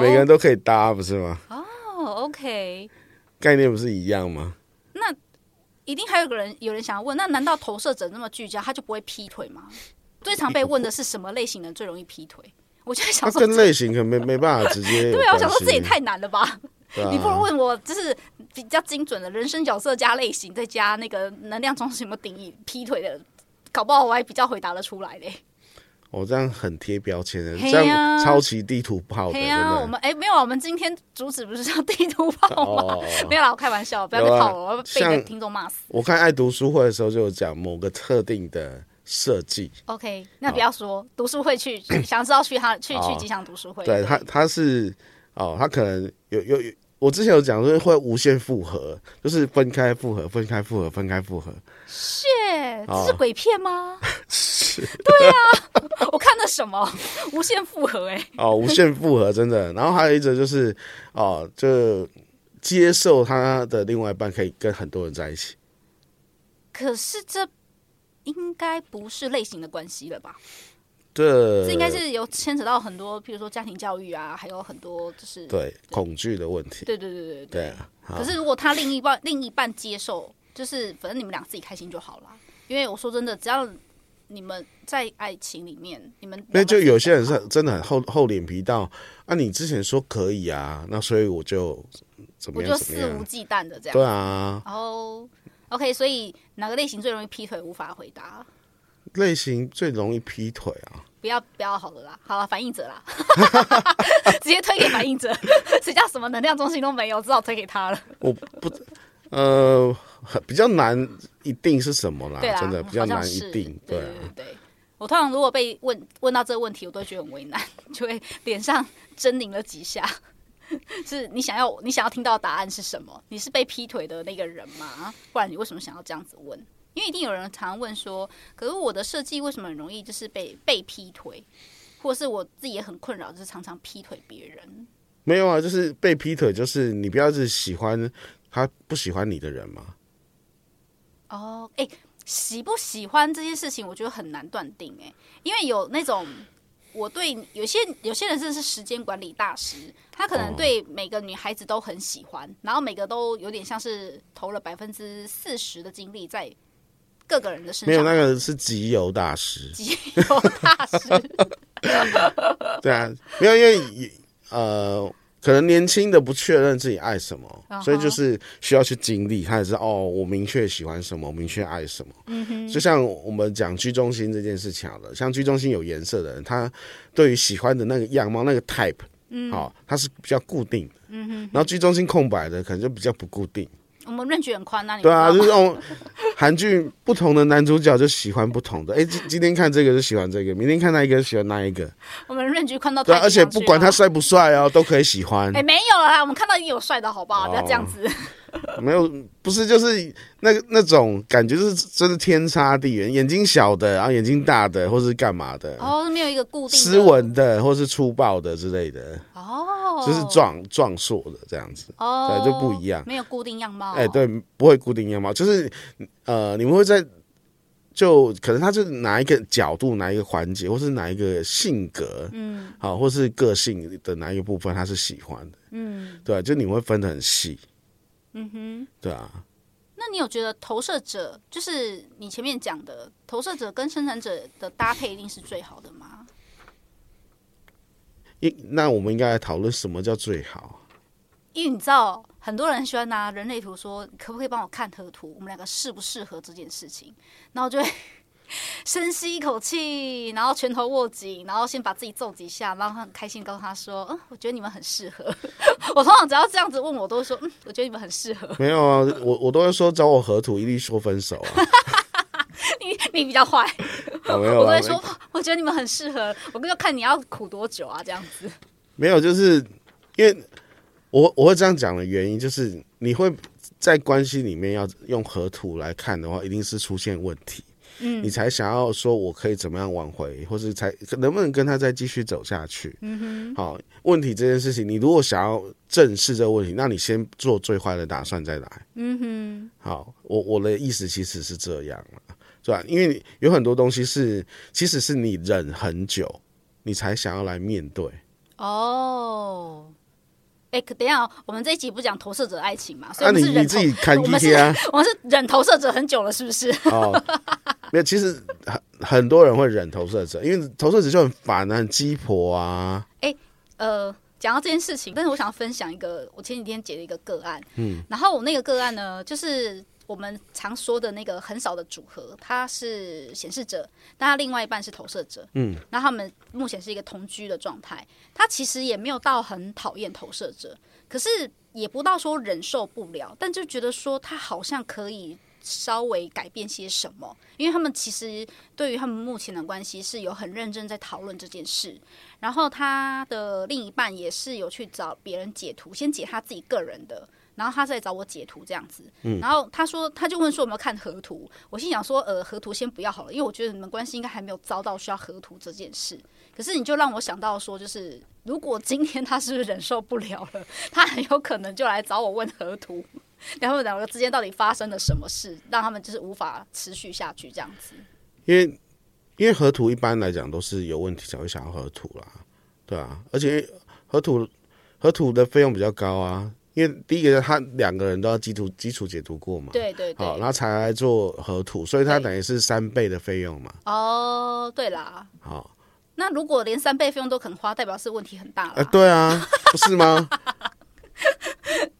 [SPEAKER 2] 每个人都可以搭，不是吗？
[SPEAKER 1] 哦，OK，
[SPEAKER 2] 概念不是一样吗？
[SPEAKER 1] 一定还有个人有人想要问，那难道投射者那么聚焦，他就不会劈腿吗？最常被问的是什么类型的人最容易劈腿？我就在想
[SPEAKER 2] 它
[SPEAKER 1] 说，
[SPEAKER 2] 跟类型可能没没办法直接 有
[SPEAKER 1] 对啊，我
[SPEAKER 2] 关系。
[SPEAKER 1] 想说这也太难了吧？
[SPEAKER 2] 对啊
[SPEAKER 1] 你不如问我，就是比较精准的人生角色加类型，再加那个能量中心有没有定义劈腿的，搞不好我还比较回答得出来嘞。
[SPEAKER 2] 我哦这样很贴标签的，
[SPEAKER 1] 嘿
[SPEAKER 2] 这样
[SPEAKER 1] 呀
[SPEAKER 2] 超级地图炮的，
[SPEAKER 1] 对
[SPEAKER 2] 对
[SPEAKER 1] 呀、我
[SPEAKER 2] 不对？
[SPEAKER 1] 们哎、没有啊，我们今天主旨不是叫地图炮吗？
[SPEAKER 2] 哦
[SPEAKER 1] 没有啦，我开玩笑，不要
[SPEAKER 2] 有
[SPEAKER 1] 再
[SPEAKER 2] 啊
[SPEAKER 1] 炮我，我要被你的
[SPEAKER 2] 像
[SPEAKER 1] 听众骂死。
[SPEAKER 2] 我看爱读书会的时候就有讲某个特定的设计，
[SPEAKER 1] OK，那哦不要说读书会 去，想知道去他去去
[SPEAKER 2] 哦
[SPEAKER 1] 吉祥读书会。
[SPEAKER 2] 对它它是哦，它可能有有有，我之前有讲说会无限复合，就是分开复合，分开复合，分开复合，
[SPEAKER 1] 切，这是
[SPEAKER 2] 哦
[SPEAKER 1] 鬼片吗？
[SPEAKER 2] 是
[SPEAKER 1] 我看了什么？无限复合哎、
[SPEAKER 2] 哦，无限复合真的。然后还有一则就是哦，就接受他的另外一半可以跟很多人在一起，
[SPEAKER 1] 可是这应该不是类型的关系了吧？
[SPEAKER 2] 对，
[SPEAKER 1] 这应该是有牵扯到很多，譬如说家庭教育啊，还有很多就是
[SPEAKER 2] 对恐惧的问题。
[SPEAKER 1] 对对对对
[SPEAKER 2] 对啊，好
[SPEAKER 1] 可是如果他另一半另一半接受，就是反正你们俩自己开心就好啦。因为我说真的，只要你们在爱情里面，你们
[SPEAKER 2] 那就有些人是
[SPEAKER 1] 两个
[SPEAKER 2] 真的很厚厚脸皮到啊，你之前说可以啊，那所以我就怎么
[SPEAKER 1] 自己
[SPEAKER 2] 样
[SPEAKER 1] 好我就
[SPEAKER 2] 怎么
[SPEAKER 1] 肆无
[SPEAKER 2] 样，
[SPEAKER 1] 忌惮的这样。
[SPEAKER 2] 对啊，
[SPEAKER 1] 然后 OK，所以哪个类型最容易劈腿？无法回答。
[SPEAKER 2] 类型最容易劈腿啊，
[SPEAKER 1] 不要不要好了啦，好了，反应者啦， 直接推给反应者， 谁叫什么能量中心都没有，只好推给他了。
[SPEAKER 2] 我不呃很比较难一定是什么啦，
[SPEAKER 1] 对啦，啊
[SPEAKER 2] 真的比较
[SPEAKER 1] 好像
[SPEAKER 2] 难一
[SPEAKER 1] 是嗯
[SPEAKER 2] 定，
[SPEAKER 1] 对
[SPEAKER 2] 啊，
[SPEAKER 1] 对对。我通常如果被问问到这个问题，我都会觉得很为难， 就会脸上狰狞了几下。 是你想要你想要听到的答案是什么？你是被劈腿的那个人吗？不然你为什么想要这样子问？因为一定有人常常问说，可是我的设计为什么很容易就是被被劈腿，或是我自己也很困扰，就是常常劈腿别人。
[SPEAKER 2] 没有啊，就是被劈腿，就是你不要是喜欢他不喜欢你的人嘛，
[SPEAKER 1] 哦，哎、喜不喜欢这件事情，我觉得很难断定哎、因为有那种我对有些有些人真的是时间管理大师，他可
[SPEAKER 2] 哦
[SPEAKER 1] 能对每个女孩子都很喜欢，然后每个都有点像是投了百分之四十的精力在各个人的身
[SPEAKER 2] 没有
[SPEAKER 1] 上。
[SPEAKER 2] 那个是集邮大师，
[SPEAKER 1] 集 邮大师，
[SPEAKER 2] 对啊，没有因为也呃，可能年轻的不确认自己爱什么
[SPEAKER 1] 嗯哼
[SPEAKER 2] 所以就是需要去经历，他也是哦，我明确喜欢什么，我明确爱什么。嗯哼，就像我们讲居中心这件事情好了，像居中心有颜色的人，他对于喜欢的那个样貌、那个 type，嗯，好、他是比较固定的。嗯哼，然后居中心空白的可能就比较不固定。
[SPEAKER 1] 我们认觉很宽啊，你
[SPEAKER 2] 对啊，
[SPEAKER 1] 们知
[SPEAKER 2] 就是
[SPEAKER 1] 道吗
[SPEAKER 2] 哦，韩剧不同的男主角就喜欢不同的，哎，今今天看这个就喜欢这个，明天看那一个就喜欢那一个。
[SPEAKER 1] 我们认觉宽到
[SPEAKER 2] 对啊、
[SPEAKER 1] 太
[SPEAKER 2] 而
[SPEAKER 1] 平
[SPEAKER 2] 且
[SPEAKER 1] 洋
[SPEAKER 2] 不
[SPEAKER 1] 去
[SPEAKER 2] 管
[SPEAKER 1] 了
[SPEAKER 2] 他帅不 帅哦，都可以喜欢
[SPEAKER 1] 哎、。没有啦，我们看到也有帅的好不好？不要这样
[SPEAKER 2] 哦
[SPEAKER 1] 子。
[SPEAKER 2] 没有，不是就是那个那种感觉，就是真的天差地远。眼睛小的，然后眼睛大的，或是干嘛的，
[SPEAKER 1] 嗯哦，没有一个固定的
[SPEAKER 2] 斯文的，或是粗暴的之类的，
[SPEAKER 1] 哦，
[SPEAKER 2] 就是壮壮硕的这样子。
[SPEAKER 1] 哦，
[SPEAKER 2] 对就不一样
[SPEAKER 1] 没有固定样貌。
[SPEAKER 2] 哎、，对，不会固定样貌，就是呃，你们会在就可能他是哪一个角度、哪一个环节，或是哪一个性格，嗯，好、或是个性的哪一个部分，他是喜欢的，嗯，对，就你们会分得很细，嗯哼，对啊，
[SPEAKER 1] 那你有觉得投射者就是你前面讲的投射者跟生产者的搭配一定是最好的吗？
[SPEAKER 2] 一那我们应该来讨论什么叫最好？
[SPEAKER 1] 因为你知道很多人喜欢拿人类图说，可不可以帮我看合图，我们两个适不适合这件事情，然后就会 深吸一口气，然后拳头握紧，然后先把自己揍几下，然后很开心地告诉他说，嗯，我觉得你们很适合。 我通常只要这样子问我，都会说，嗯，我觉得你们很适合。
[SPEAKER 2] 没有啊，我我都会说找我合图，一律说分手 啊。
[SPEAKER 1] 你你比较坏。
[SPEAKER 2] 我没有
[SPEAKER 1] 我都
[SPEAKER 2] 啊
[SPEAKER 1] 会，说，我觉得你们很适合，我跟就看你要苦多久啊，这样子。
[SPEAKER 2] 没有，就是因为我我会这样讲的原因，就是你会在关系里面要用合图来看的话，一定是出现问题。嗯，你才想要说我可以怎么样挽回，或是才能不能跟他再继续走下去？嗯哼，好，问题这件事情，你如果想要正视这个问题，那你先做最坏的打算再来。
[SPEAKER 1] 嗯
[SPEAKER 2] 好，我我的意思其实是这样了，是吧？因为有很多东西是，其实是你忍很久，你才想要来面对。
[SPEAKER 1] 哼，哦。哎、可等一下哦，我们这一集不讲投射者爱情嘛，所以我
[SPEAKER 2] 那、啊
[SPEAKER 1] 们
[SPEAKER 2] 你
[SPEAKER 1] 是
[SPEAKER 2] 你
[SPEAKER 1] 忍
[SPEAKER 2] 自
[SPEAKER 1] 投，
[SPEAKER 2] 己看
[SPEAKER 1] 我
[SPEAKER 2] G
[SPEAKER 1] 们
[SPEAKER 2] T
[SPEAKER 1] 是
[SPEAKER 2] 啊，
[SPEAKER 1] 我们是忍投射者很久了，是不是？
[SPEAKER 2] 哦， 没有，其实很很多人会忍投射者，因为投射者就很烦啊，很鸡婆啊。
[SPEAKER 1] 呃，讲到这件事情，但是我想分享一个我前几天解的一个个案，嗯，然后我那个个案呢，就是我们常说的那个很少的组合，他是显示者，但他另外一半是投射者，嗯，然后他们目前是一个同居的状态，他其实也没有到很讨厌投射者，可是也不到说忍受不了，但就觉得说他好像可以。稍微改变些什么？因为他们其实对于他们目前的关系是有很认真在讨论这件事，然后他的另一半也是有去找别人解图，先解他自己个人的，然后他再找我解图这样子。然后他说，他就问说有没有看合图，我心想说，呃，合图先不要好了，因为我觉得你们关系应该还没有遭到需要合图这件事。可是你就让我想到说，就是如果今天他是不是忍受不了了，他很有可能就来找我问合图。 然后两个之间到底发生了什么事，让他们就是无法持续下去这样子？
[SPEAKER 2] 因为因为河图一般来讲都是有问题才会想要河图啦，对啊，而且河图河图的费用比较高啊，因为第一个他两个人都要基础基础解读过嘛，
[SPEAKER 1] 对对对
[SPEAKER 2] 好，，然后才来做河图，所以它等于是三倍的费用嘛，
[SPEAKER 1] 哦，对啦，
[SPEAKER 2] 好，
[SPEAKER 1] 那如果连三倍费用都肯花，代表是问题很大
[SPEAKER 2] 啊，
[SPEAKER 1] 了。
[SPEAKER 2] 对啊，不是 吗？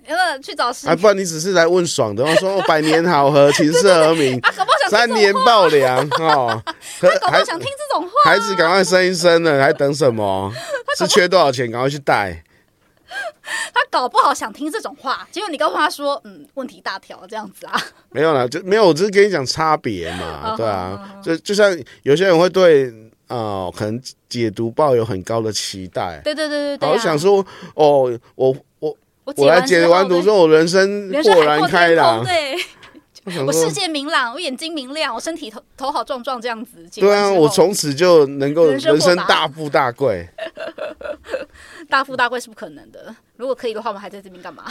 [SPEAKER 1] 呃，去找师
[SPEAKER 2] 啊，不然你只是来问爽的，我说哦，百年好 合，琴瑟和鸣，
[SPEAKER 1] 啊，搞不好想
[SPEAKER 2] 三
[SPEAKER 1] 听这
[SPEAKER 2] 年
[SPEAKER 1] 种话，
[SPEAKER 2] 抱粮哦，和
[SPEAKER 1] 搞不
[SPEAKER 2] 孩
[SPEAKER 1] 好想听这种话。
[SPEAKER 2] 孩子赶快生一生了，还等 什么？是缺多少钱？赶快去贷。
[SPEAKER 1] 他搞不好想听这种话，结果你告诉他说，嗯，问题大条这样子啊，
[SPEAKER 2] 没有啦，就没有，我只是跟你讲差别
[SPEAKER 1] 哦
[SPEAKER 2] 嘛，对啊，就就像有些人会对呃，可能解读报有很高的期待，
[SPEAKER 1] 对对对对对、啊，
[SPEAKER 2] 好想说哦，我我
[SPEAKER 1] 我
[SPEAKER 2] 我来解完
[SPEAKER 1] 读
[SPEAKER 2] 读之后，我人生
[SPEAKER 1] 人生
[SPEAKER 2] 豁
[SPEAKER 1] 海
[SPEAKER 2] 然
[SPEAKER 1] 阔
[SPEAKER 2] 开
[SPEAKER 1] 天空
[SPEAKER 2] 朗，
[SPEAKER 1] 对
[SPEAKER 2] 我想
[SPEAKER 1] 我
[SPEAKER 2] 说
[SPEAKER 1] 世界明朗，我眼睛明亮，我身体头头好壮壮这样子。解完
[SPEAKER 2] 对啊，
[SPEAKER 1] 之后
[SPEAKER 2] 我从此就能够
[SPEAKER 1] 人生
[SPEAKER 2] 人生
[SPEAKER 1] 豁达
[SPEAKER 2] 大富大贵。
[SPEAKER 1] 大富大贵是不可能的，如果可以的话，我们还在这边干 嘛？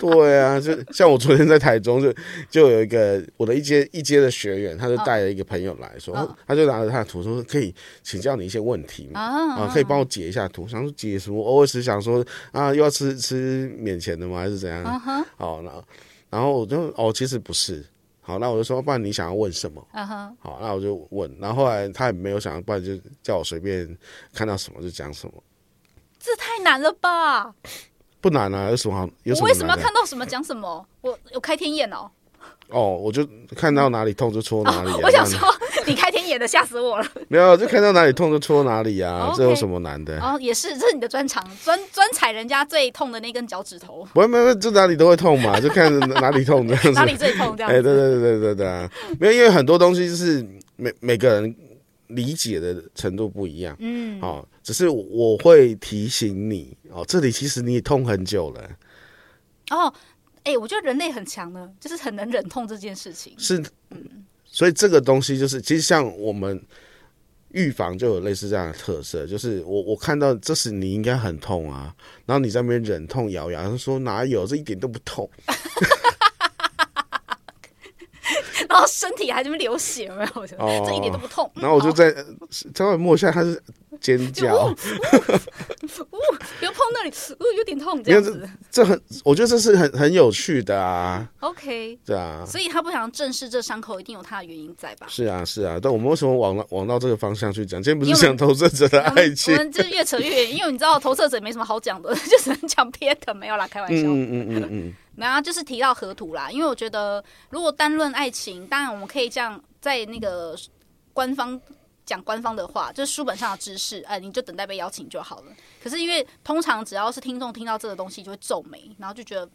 [SPEAKER 2] 对啊，就像我昨天在台中就就有一个我的一阶一阶的学员，他就带了一个朋友来说，
[SPEAKER 1] 嗯
[SPEAKER 2] 他就拿着他的图说可以请教你一些问题嘛。
[SPEAKER 1] 啊，
[SPEAKER 2] 啊，可以帮我解一下图，想说解什么？偶尔时想说啊，又要吃吃免钱的吗？还是怎样？
[SPEAKER 1] 啊嗯
[SPEAKER 2] 好，然后然后我就哦，其实不是。好，那我就说，不然你想要问什么？
[SPEAKER 1] 嗯哼，
[SPEAKER 2] 好，那我就问。然后后来他也没有想，不然就叫我随便看到什么就讲什么，
[SPEAKER 1] 这太难了吧？
[SPEAKER 2] 不难啊，有什么好？
[SPEAKER 1] 我
[SPEAKER 2] 有什么
[SPEAKER 1] 为什么
[SPEAKER 2] 难
[SPEAKER 1] 要
[SPEAKER 2] 的？
[SPEAKER 1] 看到什么讲什么？我有开天眼哦，
[SPEAKER 2] 哦，我就看到哪里痛就戳哪里、啊
[SPEAKER 1] 我想
[SPEAKER 2] 这样
[SPEAKER 1] 说你开天眼的，吓死我了。
[SPEAKER 2] 没有，就看到哪里痛就戳哪里
[SPEAKER 1] 哦
[SPEAKER 2] 啊，
[SPEAKER 1] OK
[SPEAKER 2] 这有什么难的？
[SPEAKER 1] 哦，也是，这是你的专长，专专踩人家最痛的那根脚趾头，
[SPEAKER 2] 不，没有，没有这哪里都会痛 嘛，就看哪里痛这样子
[SPEAKER 1] 哪。里最痛这样 子？
[SPEAKER 2] 哎，对对对对对对啊，没有，因为很多东西是每每个人理解的程度不一样，
[SPEAKER 1] 嗯，
[SPEAKER 2] 哦，只是我会提醒你哦，这里其实你也痛很久了，
[SPEAKER 1] 哦，哎、我觉得人类很强呢，就是很能忍痛这件事情。
[SPEAKER 2] 是，所以这个东西就是，其实像我们预防就有类似这样的特色，就是我我看到这时你应该很痛啊，然后你在那边忍痛咬牙，他说哪有，这一点都不痛，
[SPEAKER 1] 然后身体还在那边流血，有没有？我觉得
[SPEAKER 2] 哦
[SPEAKER 1] 这一点都不痛。嗯
[SPEAKER 2] 然后我就
[SPEAKER 1] 好
[SPEAKER 2] 在稍微摸一下，他是尖
[SPEAKER 1] 就哦
[SPEAKER 2] 叫。
[SPEAKER 1] 呜，不要碰那里，呜，有点痛这
[SPEAKER 2] 没有
[SPEAKER 1] 样子。
[SPEAKER 2] 这很，我觉得这是很很有趣的啊，
[SPEAKER 1] OK，
[SPEAKER 2] 对啊，
[SPEAKER 1] 所以他不想正视这伤口，一定有他的原因在吧？
[SPEAKER 2] 是啊，是啊。但我们为什么往往到这个方向去讲？今天不是
[SPEAKER 1] 因为
[SPEAKER 2] 讲投射者的
[SPEAKER 1] 我
[SPEAKER 2] 爱
[SPEAKER 1] 们我
[SPEAKER 2] 情？
[SPEAKER 1] 们就是越扯越远，因为你知道投射者没什么好讲的， 就只能讲别的，没有啦，开玩笑。
[SPEAKER 2] 嗯嗯嗯嗯
[SPEAKER 1] 没有啊，就是提到河图啦，因为我觉得如果单论爱情，当然我们可以这样在那个官方讲官方的话，就是书本上的知识，呃，你就等待被邀请就好了。可是因为通常只要是听众听到这个东西，就会皱眉，然后就觉得。嘖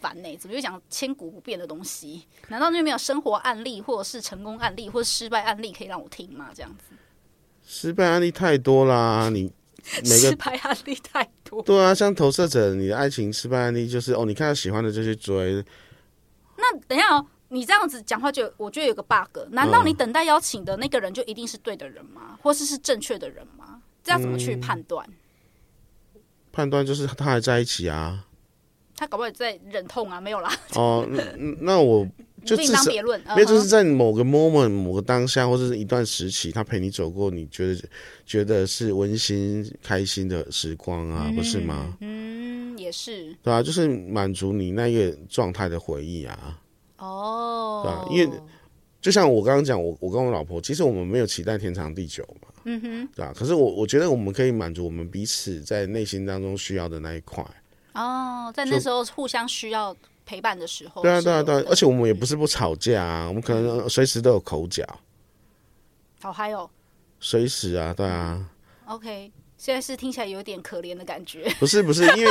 [SPEAKER 1] 烦呢、怎么又讲千古不变的东西？难道那没有生活案例，或者是成功案例，或者失败案例可以让我听吗？这样子，
[SPEAKER 2] 失败案例太多啦， 你每
[SPEAKER 1] 失
[SPEAKER 2] 个
[SPEAKER 1] 败案例太多。
[SPEAKER 2] 对啊，像投射者，你的爱情失败案例就是哦，你看到喜欢的就去追，
[SPEAKER 1] 那等一下、哦，你这样子讲话就有我觉得有个 bug，难道你
[SPEAKER 2] 嗯
[SPEAKER 1] 等待邀请的那个人就一定是对的人吗？或是是正确的人吗？这要怎么去判断？
[SPEAKER 2] 判断就是他还在一起啊。
[SPEAKER 1] 他搞不好也在忍痛啊，没有啦，
[SPEAKER 2] 哦，那那我 就
[SPEAKER 1] 另
[SPEAKER 2] 至
[SPEAKER 1] 当
[SPEAKER 2] 少。
[SPEAKER 1] 别论。
[SPEAKER 2] 没有，
[SPEAKER 1] 嗯
[SPEAKER 2] 就是
[SPEAKER 1] 哼
[SPEAKER 2] 在某个 moment、某个当下，或者是一段时期，他陪你走过，你觉得觉得是温馨、开心的时光啊，不是吗？
[SPEAKER 1] 嗯，也是
[SPEAKER 2] 对啊，就是满足你那个状态的回忆啊。
[SPEAKER 1] 哦。
[SPEAKER 2] 对啊因为就像我刚刚讲，我我跟我老婆，其实我们没有期待天长地久嘛，
[SPEAKER 1] 嗯哼，
[SPEAKER 2] 对吧、啊可是我我觉得我们可以满足我们彼此在内心当中需要的那一块。
[SPEAKER 1] 哦，在那时候互相需要陪伴的时候是
[SPEAKER 2] 对
[SPEAKER 1] 有
[SPEAKER 2] 啊，
[SPEAKER 1] 的，
[SPEAKER 2] 对啊，对啊，而且我们也不是不吵架啊，我们可能随时都有口角，
[SPEAKER 1] 好嗨哦。
[SPEAKER 2] 随时啊，对啊，
[SPEAKER 1] OK，现在是听起来有点可怜的感觉。
[SPEAKER 2] 不是不是，因为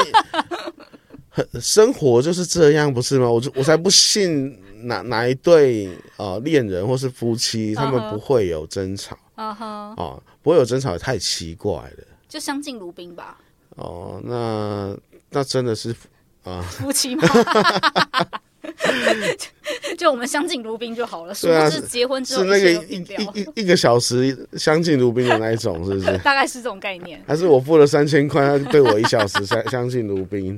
[SPEAKER 2] 很生活就是这样，不是吗？我就我才不信哪哪一对呃恋人或是夫妻，他们
[SPEAKER 1] 嗯哼
[SPEAKER 2] 不会有争吵。
[SPEAKER 1] 嗯哼，
[SPEAKER 2] 哦，不会有争吵也太奇怪了。
[SPEAKER 1] 就相敬如宾吧，
[SPEAKER 2] 哦，那那真的是
[SPEAKER 1] 夫妻 吗？就就我们相敬如宾就好了，殊
[SPEAKER 2] 对啊
[SPEAKER 1] 不知结婚之
[SPEAKER 2] 是
[SPEAKER 1] 后
[SPEAKER 2] 那
[SPEAKER 1] 一
[SPEAKER 2] 个
[SPEAKER 1] 切都
[SPEAKER 2] 一
[SPEAKER 1] 定掉，
[SPEAKER 2] 一一一个小时相敬如宾的那一种，是不是？
[SPEAKER 1] 大概是这种概 念，
[SPEAKER 2] 还是我付了三千块，他对我一小时相相敬如宾？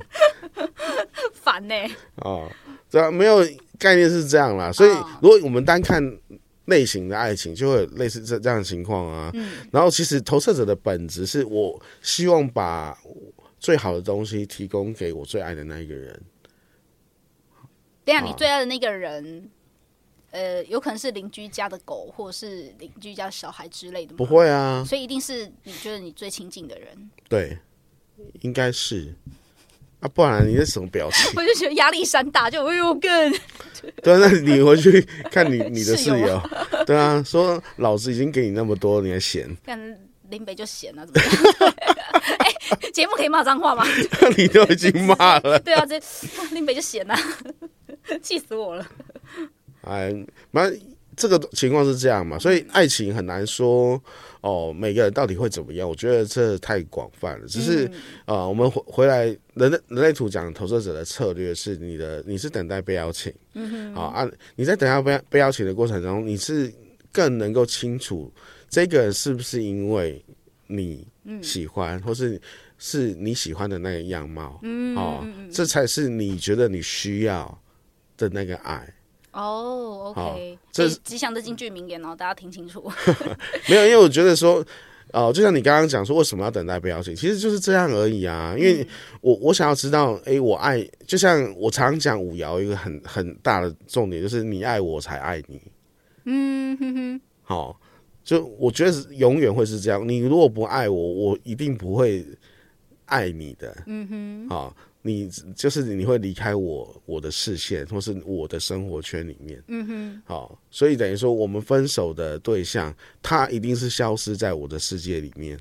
[SPEAKER 1] 烦呢、欸
[SPEAKER 2] 啊哦，对啊，没有概念是这样啦。所以
[SPEAKER 1] 哦
[SPEAKER 2] 如果我们单看类型的爱情，就会有类似这这样的情况啊。然后其实投射者的本质是我希望把最好的东西提供给我最爱的那一个人，
[SPEAKER 1] 等一
[SPEAKER 2] 啊
[SPEAKER 1] 下你最爱的那个人，呃，有可能是邻居家的狗，或者是邻居家的小孩之类的吗
[SPEAKER 2] 不，会啊，
[SPEAKER 1] 所以一定是你觉得你最亲近的人。
[SPEAKER 2] 对，应该是啊，不然你是什么表情？
[SPEAKER 1] 我就觉得压力山大，就哎呦更
[SPEAKER 2] 对啊，那你回去看你你的室
[SPEAKER 1] 室友
[SPEAKER 2] 友，对啊，说老子已经给你那么多，你还嫌？
[SPEAKER 1] 干林北就闲啊了、怎么样？ 哎，节目可以骂脏话吗？
[SPEAKER 2] 你都已经骂了，
[SPEAKER 1] 对啊，这林北就闲了、 气死我了。
[SPEAKER 2] 哎，那这个情况是这样嘛，所以爱情很难说哦，每个人到底会怎么样？我觉得这太广泛了。只是啊、呃我们回回来人类人类图讲投射者的策略是你的，你是等待被邀请，嗯好啊，你在等待被被邀请的过程中，你是更能够清楚这个人是不是因为你喜欢，或是。是你喜欢的那个样貌，嗯，哦，这才是你觉得你需要的那个爱，
[SPEAKER 1] 哦、o
[SPEAKER 2] 好
[SPEAKER 1] k
[SPEAKER 2] 这
[SPEAKER 1] 这
[SPEAKER 2] 是
[SPEAKER 1] 吉祥的京剧名言哦，大家听清楚。
[SPEAKER 2] 没有，因为我觉得说，哦、就像你刚刚讲说，为什么要等待被邀请，其实就是这样而已啊。因为我我想要知道，诶，我爱，就像我常讲五爻一个很很大的重点就是你爱我我才爱你，
[SPEAKER 1] 嗯哼哼，
[SPEAKER 2] 好、就我觉得是永远会是这样。你如果不爱我，我一定不会爱你的。嗯哼，好、你就是你会离开我我的视线，或是我的生活圈里面。嗯哼，好、所以等于说我们分手的对象，他一定是消失在我的世界里面。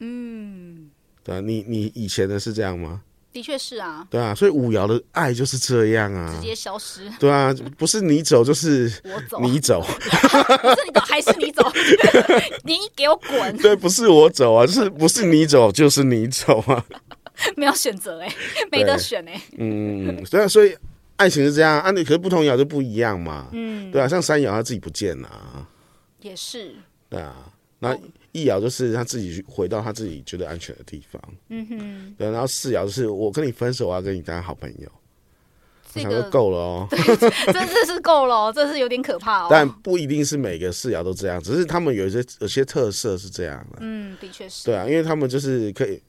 [SPEAKER 2] 嗯，对啊，你你以前的是这样吗？
[SPEAKER 1] 的确是啊，
[SPEAKER 2] 对啊，所以五爻的爱就是这样啊
[SPEAKER 1] 直。接消 失，
[SPEAKER 2] 对啊，不是你走就是
[SPEAKER 1] 我走，
[SPEAKER 2] 你走，啊
[SPEAKER 1] 不是你走还是你走， 你给我滚，
[SPEAKER 2] 对，不是我走啊，就是不是你走就是你走啊。
[SPEAKER 1] 没有选择哎、没得选哎、
[SPEAKER 2] 嗯，对啊，所以爱情是这样，啊，你可是不同爻就不一样嘛，嗯，对啊，像三爻他自己不见了啊，
[SPEAKER 1] 也是，
[SPEAKER 2] 对啊，那一爻就是他自己回到他自己觉得安全的地方，嗯哼，对啊，然后四爻就是我跟你分手，我要跟你当好朋友，我
[SPEAKER 1] 这
[SPEAKER 2] 想 说
[SPEAKER 1] 个
[SPEAKER 2] 够了哦，
[SPEAKER 1] 这这是够了哦，这是有点可怕哦。
[SPEAKER 2] 但不一定是每个四爻都这样，只是他们有一些有些特色是这样的，
[SPEAKER 1] 嗯，的确是，
[SPEAKER 2] 对啊，因为他们就是可以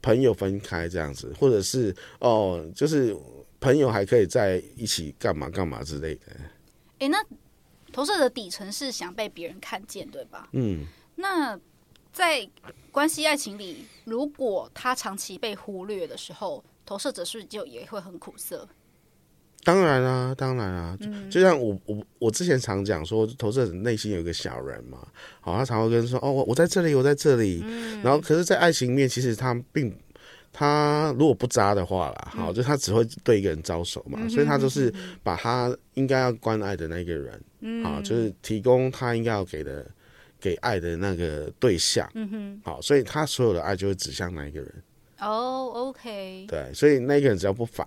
[SPEAKER 2] 朋友分开这样子，或者是哦，就是朋友还可以在一起干嘛干嘛之类的。
[SPEAKER 1] 哎、那投射的底层是想被别人看见，对吧？
[SPEAKER 2] 嗯，
[SPEAKER 1] 那在关系爱情里，如果他长期被忽略的时候，投射者是不是就也会很苦涩？
[SPEAKER 2] 当然啊，当然啊，就就像我我我之前常讲说，投射者内心有一个小人嘛，好，他常会跟人说哦，我我在这里，我在这里，然后可是，在爱情里面，其实他并他如果不渣的话啦，好，就他只会对一个人招手嘛，所以他就是把他应该要关爱的那个人，好，就是提供他应该要给的给爱的那个对象，好，所以他所有的爱就会指向那一个人，
[SPEAKER 1] 哦、o k
[SPEAKER 2] 对，所以那个人只要嗯不烦。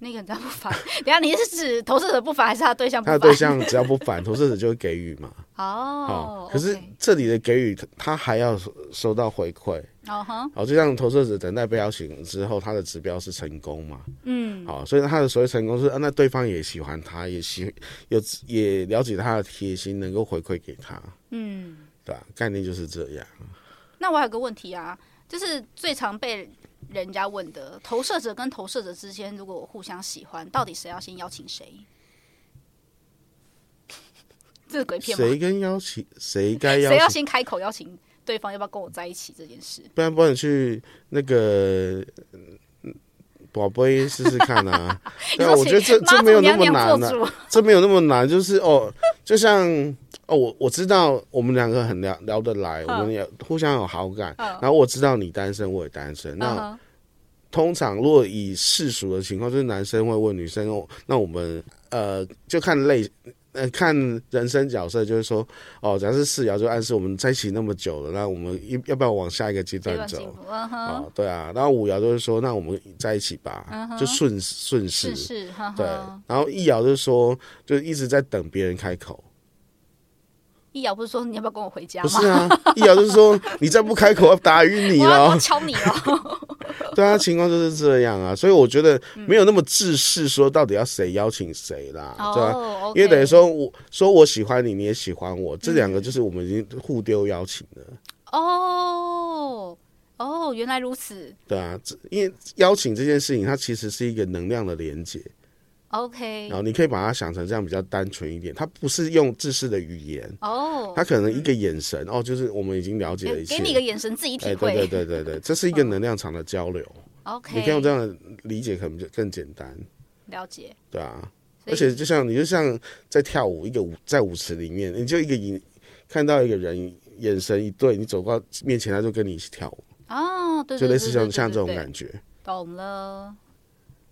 [SPEAKER 1] 那个人叫不凡，等一下你是指投射者不凡，还是他对象不
[SPEAKER 2] 他的
[SPEAKER 1] 凡？
[SPEAKER 2] 对象只要不反，投射者就会给予嘛。
[SPEAKER 1] 哦
[SPEAKER 2] 好，，可是
[SPEAKER 1] OK
[SPEAKER 2] 这里的给予，他他还要收收到回馈。
[SPEAKER 1] 哦哼，
[SPEAKER 2] 好，就像投射者等待被邀请之后，他的指标是成功嘛。嗯，好，所以他的所谓成功是，啊、那对方也喜欢他，也喜有也了解他的贴心，能够回馈给他。嗯，对吧、概念就是这样。
[SPEAKER 1] 那我还有个问题啊，就是最常被人家问的，投射者跟投射者之间如果互相喜欢，到底谁要先邀请谁？ 这是鬼片吗？
[SPEAKER 2] 谁跟邀请，谁该邀
[SPEAKER 1] 谁要
[SPEAKER 2] 请？
[SPEAKER 1] 先开口邀请对方要不要跟我在一起这件事？
[SPEAKER 2] 不然不然你去那个。嗯宝贝，试试看 啊！但我觉得这
[SPEAKER 1] 你说请
[SPEAKER 2] 这没有那么
[SPEAKER 1] 妈祖娘
[SPEAKER 2] 难
[SPEAKER 1] 娘
[SPEAKER 2] 啊
[SPEAKER 1] 做。主
[SPEAKER 2] 这没有那么难，就是哦，就像哦，我我知道我们两个很聊聊得来，我们也互相有好感，然后我知道你单身，我也单身。
[SPEAKER 1] 嗯
[SPEAKER 2] 那
[SPEAKER 1] 哼
[SPEAKER 2] 通常如果以世俗的情况，就是男生会问女生哦，那我们呃就看类。呃，看人生角色就是说，哦，假设是四爻就暗示我们在一起那么久了，那我们一要不要往下一个阶
[SPEAKER 1] 这
[SPEAKER 2] 段
[SPEAKER 1] 段
[SPEAKER 2] 走
[SPEAKER 1] 幸？福，嗯
[SPEAKER 2] 啊、
[SPEAKER 1] 哼，
[SPEAKER 2] 对啊，然后五爻就是说，那我们在一起吧，就顺顺势
[SPEAKER 1] 是是，嗯哈
[SPEAKER 2] 对
[SPEAKER 1] 哈。，
[SPEAKER 2] 然后易遥就说，就一直在等别人开口。
[SPEAKER 1] 易遥不是说你要不要跟我回家
[SPEAKER 2] 不
[SPEAKER 1] 吗？
[SPEAKER 2] 是啊，易遥就是说，你再不开口，要打晕你
[SPEAKER 1] 我要
[SPEAKER 2] 了
[SPEAKER 1] 我。敲你哦！
[SPEAKER 2] 对啊，情况就是这样啊，所以我觉得
[SPEAKER 1] 嗯
[SPEAKER 2] 没有那么自私，说到底要谁邀请谁啦，对吧、
[SPEAKER 1] 哦，
[SPEAKER 2] 因为等于
[SPEAKER 1] OK 嗯
[SPEAKER 2] 说我说我喜欢你，你也喜欢我，这两个就是我们已经互丢邀请了，
[SPEAKER 1] 哦哦，原来如此。
[SPEAKER 2] 对啊，这因为邀请这件事情，它其实是一个能量的连接，
[SPEAKER 1] OK，
[SPEAKER 2] 然后你可以把它想成这样比较单纯一点，它不是用自私的语言，
[SPEAKER 1] 哦，
[SPEAKER 2] 它可能一个眼神哦，就是我们已经了解了
[SPEAKER 1] 给
[SPEAKER 2] 一切
[SPEAKER 1] 给，你一个眼神，自己体
[SPEAKER 2] 哎，
[SPEAKER 1] 会。嗯
[SPEAKER 2] 对对对对对，这是一个能量场的交流，
[SPEAKER 1] OK，
[SPEAKER 2] 你可以用这样的理解，可能就更简单，
[SPEAKER 1] 了解。
[SPEAKER 2] 对啊，
[SPEAKER 1] 所以
[SPEAKER 2] 而且就像你就像在跳舞，一个舞在舞池里面，你就一个影看到一个人眼神一对，你走到面前，他就跟你一起跳舞，
[SPEAKER 1] 哦，对
[SPEAKER 2] 就
[SPEAKER 1] 对对，
[SPEAKER 2] 类似像像这种
[SPEAKER 1] 感
[SPEAKER 2] 感觉，
[SPEAKER 1] 懂了，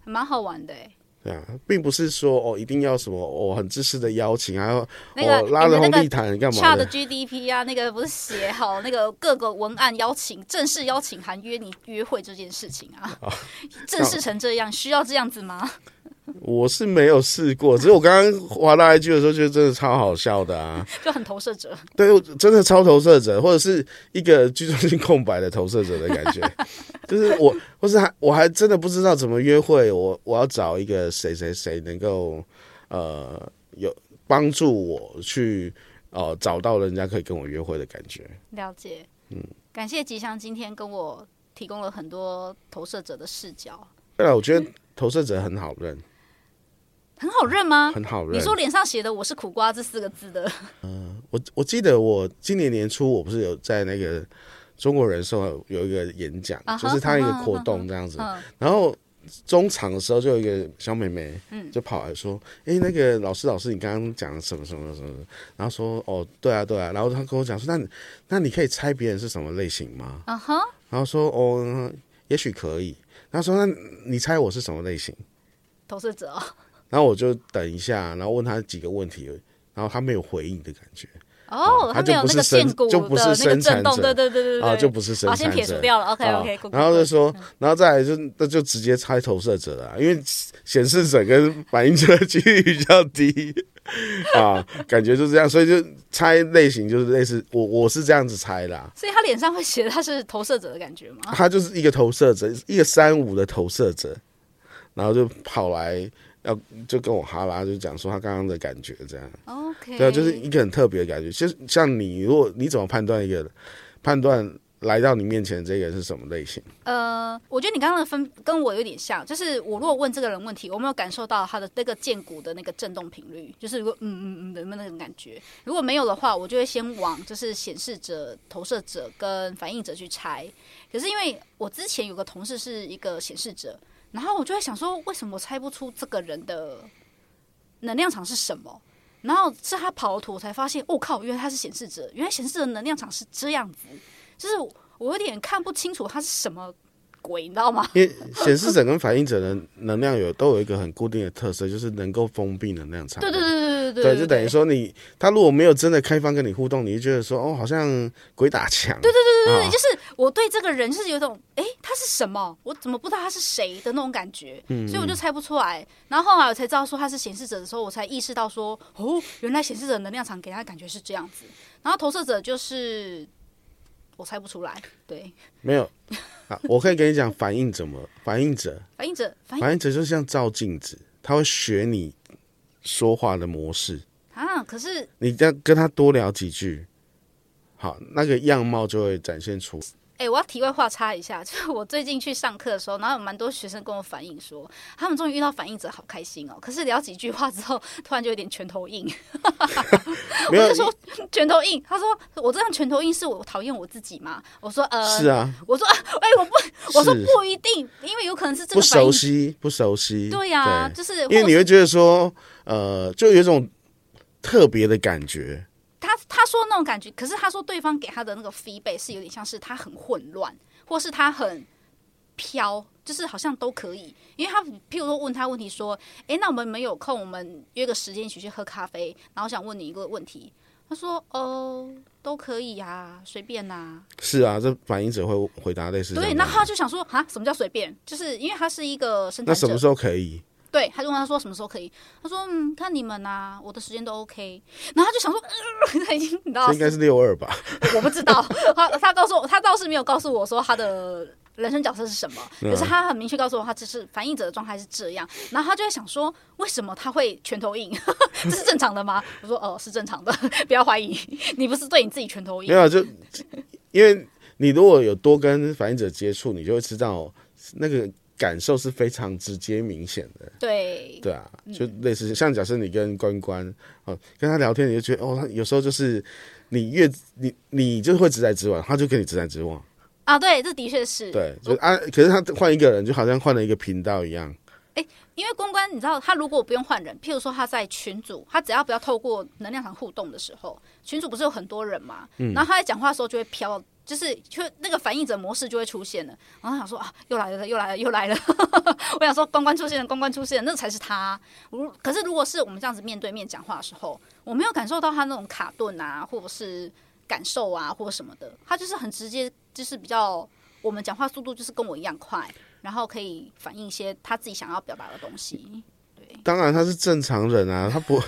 [SPEAKER 1] 还蛮好玩的哎。
[SPEAKER 2] 对啊，并不是说哦一定要什么哦很自私的邀请，还要
[SPEAKER 1] 那个
[SPEAKER 2] 哦拉着
[SPEAKER 1] 你们
[SPEAKER 2] 红
[SPEAKER 1] 那
[SPEAKER 2] 地
[SPEAKER 1] 个
[SPEAKER 2] 毯干嘛
[SPEAKER 1] 差的
[SPEAKER 2] 的？
[SPEAKER 1] GDP 啊，那个不是写好那个各个文案邀请正式邀请函约你约会这件事情 啊，
[SPEAKER 2] 哦
[SPEAKER 1] 正式成这样需要这样子吗？
[SPEAKER 2] 我是没有试过，只是我刚刚滑到 IG 的时候，觉得真的超好笑的啊！
[SPEAKER 1] 就很投射者，
[SPEAKER 2] 对，我真的超投射者，或者是一个 居中心空白的投射者的感觉，就是我，或是还我还真的不知道怎么约会，我我要找一个谁谁谁能够呃有帮助我去呃找到人家可以跟我约会的感觉。
[SPEAKER 1] 了解。嗯，感谢吉祥今天跟我提供了很多投射者的视角，
[SPEAKER 2] 对啊了，我觉得投射者很好认，
[SPEAKER 1] 很好认吗？
[SPEAKER 2] 很好认。
[SPEAKER 1] 你说脸上写的“我是苦瓜”这四个字的，
[SPEAKER 2] 我我记得我今年年初我不是有在那个中国人寿有一个演讲
[SPEAKER 1] 啊哈
[SPEAKER 2] 就是他一个活动这样子
[SPEAKER 1] 嗯
[SPEAKER 2] 然后中场的时候就有一个小妹妹，
[SPEAKER 1] 嗯
[SPEAKER 2] 就跑来说：“哎、那个老师老师，你刚刚讲什么什么什么？”然后说：“哦，对啊对啊。”然后她跟我讲说：“那你那你可以猜别人是什么类型吗
[SPEAKER 1] 啊哈，？”
[SPEAKER 2] 然后说：“哦，嗯也许可以。”然后说：“那你猜我是什么类型
[SPEAKER 1] 投射者哦。？”
[SPEAKER 2] 然后我就等一下，然后问她几个问题，然后她没有回应的感觉。
[SPEAKER 1] 哦，
[SPEAKER 2] 他
[SPEAKER 1] 没
[SPEAKER 2] 就
[SPEAKER 1] 有
[SPEAKER 2] 不
[SPEAKER 1] 那
[SPEAKER 2] 是
[SPEAKER 1] 个
[SPEAKER 2] 生
[SPEAKER 1] 剑骨
[SPEAKER 2] 就
[SPEAKER 1] 的
[SPEAKER 2] 不是
[SPEAKER 1] 那个
[SPEAKER 2] 生
[SPEAKER 1] 震
[SPEAKER 2] 产
[SPEAKER 1] 动，
[SPEAKER 2] 者
[SPEAKER 1] 对对对对
[SPEAKER 2] 啊，
[SPEAKER 1] 对，
[SPEAKER 2] 就不是生
[SPEAKER 1] 好，
[SPEAKER 2] 产
[SPEAKER 1] 先撇
[SPEAKER 2] 者
[SPEAKER 1] 除掉了。
[SPEAKER 2] 啊
[SPEAKER 1] OK，OK，咕咕咕
[SPEAKER 2] 然后就说，然后再来就那就直接猜投射者了啊，因为显示者跟反应者的几率比较低啊， 感觉就是这样，所以就猜类型就是类似我我是这样子猜啦，
[SPEAKER 1] 所以他脸上会写他是投射者的感觉 吗？
[SPEAKER 2] 他就是一个投射者，一个三五的投射者，然后就跑来要就跟我哈拉，就讲说他刚刚的感觉这样。
[SPEAKER 1] 哦 OK，
[SPEAKER 2] 对啊，就是一个很特别的感觉。就是像你，如果你怎么判断一个，判断来到你面前的这个人是什么类型？
[SPEAKER 1] 呃，我觉得你刚刚的分跟我有点像，就是我如果问这个人问题，我没有感受到他的那个剑骨的那个震动频率，就是如果嗯嗯嗯的有没有那种感觉？如果没有的话，我就会先往就是显示者、投射者跟反应者去猜。可是因为我之前有个同事是一个显示者，然后我就会想说，为什么我猜不出这个人的能量场是什么？然后是他跑了图，我才发现，我、靠，原来他是显示者，原来显示者能量场是这样子，就是我有点看不清楚他是什么鬼，你知道吗？
[SPEAKER 2] 因为显示者跟反应者的能量有都有一个很固定的特色，就是能够封闭能量场。
[SPEAKER 1] 对对对对对
[SPEAKER 2] 对就等于说你他如果没有真的开放跟你互动，你就觉得说哦，好像鬼打墙。对对
[SPEAKER 1] 对对，就是我对这个人就是有一种，诶，他是什么？我怎么不知道他是谁的那种感觉，
[SPEAKER 2] 嗯
[SPEAKER 1] 所以我就猜不出来。然后后来我才知道说他是显示者的时候，我才意识到说，哦，原来显示者能量场给他的感觉是这样子。然后投射者就是我猜不出来，对，
[SPEAKER 2] 没有啊，我可以跟你讲反应怎么反应者，
[SPEAKER 1] 反应者反应
[SPEAKER 2] 反应者就像照镜子，他会学你说话的模式。
[SPEAKER 1] 啊，可是
[SPEAKER 2] 你再跟他多聊几句，好，那个样貌就会展 现出。
[SPEAKER 1] 哎、我要题外话插一下，就是我最近去上课的时候，然后有蛮多学生跟我反映说，他们终于遇到反应者，好开心哦。可是聊几句话之后，突然就有点拳头硬，
[SPEAKER 2] 没有
[SPEAKER 1] 就，说拳头硬。他说我这样拳头硬是我讨厌我自己吗？我说呃，
[SPEAKER 2] 是啊，
[SPEAKER 1] 我说啊，哎、我不，我说
[SPEAKER 2] 是
[SPEAKER 1] 不一定，因为有可能是这
[SPEAKER 2] 不
[SPEAKER 1] 个反应
[SPEAKER 2] 熟。悉，不熟悉。
[SPEAKER 1] 对呀、就是
[SPEAKER 2] 因为
[SPEAKER 1] 或
[SPEAKER 2] 你
[SPEAKER 1] 是
[SPEAKER 2] 会觉得说，呃，就有一种特别的感觉。
[SPEAKER 1] 他他说那种感觉，可是他说对方给他的那个 feedback 是有点像是他很混乱，或是他很飘，就是好像都可以。因为他譬如说问他问题说，诶，那我们没有空，我们约个时间一起去喝咖啡，然后想问你一个问题。他说哦，都可以啊，随便呐、
[SPEAKER 2] 是啊，这反应者会回答类似这样
[SPEAKER 1] 对，那
[SPEAKER 2] 的。
[SPEAKER 1] 他就想说啊，什么叫随便？就是因为他是一个生
[SPEAKER 2] 那
[SPEAKER 1] 产
[SPEAKER 2] 什
[SPEAKER 1] 者
[SPEAKER 2] 么，时候可以？
[SPEAKER 1] 对，他就问他说什么时候可以，他说嗯，看你们呐、我的时间都 OK。然后他就想说， 呃、他已经你知道
[SPEAKER 2] 这应该是六二吧？
[SPEAKER 1] 我不知道，他他告诉我，他倒是没有告诉我说他的人生角色是什么，
[SPEAKER 2] 啊
[SPEAKER 1] 可是他很明确告诉我，他只是反应者的状态是这样，然后他就会想说，为什么他会拳头硬？ 这是正常的吗？我说哦，是正常的， 不要怀疑，你不是对你自己拳头
[SPEAKER 2] 没
[SPEAKER 1] 硬。
[SPEAKER 2] 有，啊就因为你如果有多跟反应者接触，你就会知道那个感受是非常直接明显的。
[SPEAKER 1] 对，
[SPEAKER 2] 对啊，
[SPEAKER 1] 嗯
[SPEAKER 2] 就类似像假设你跟关关哦、跟他聊天，你就觉得哦，他有时候就是你越你你就会直来直往，他就跟你直来直往。
[SPEAKER 1] 啊，对，这的确是。
[SPEAKER 2] 对，就啊，可是他换一个人，就好像换了一个频道一样。
[SPEAKER 1] 因为公关，你知道，他如果不用换人，譬如说他在群组，他只要不要透过能量场互动的时候，群组不是有很多人嘛，然后他在讲话的时候就会飘，就是就那个反应者模式就会出现了。然后他想说啊，又来了，又来了，又来了。 我想说，关关出现了，关关出现了，那才是他。如可是如果是我们这样子面对面讲话的时候，我没有感受到他那种卡顿啊，或者是感受啊，或者什么的，他就是很直接，就是比较我们讲话速度就是跟我一样快。然后可以反映一些他自己想要表达的东西。
[SPEAKER 2] 当然他是正常人啊，他 不，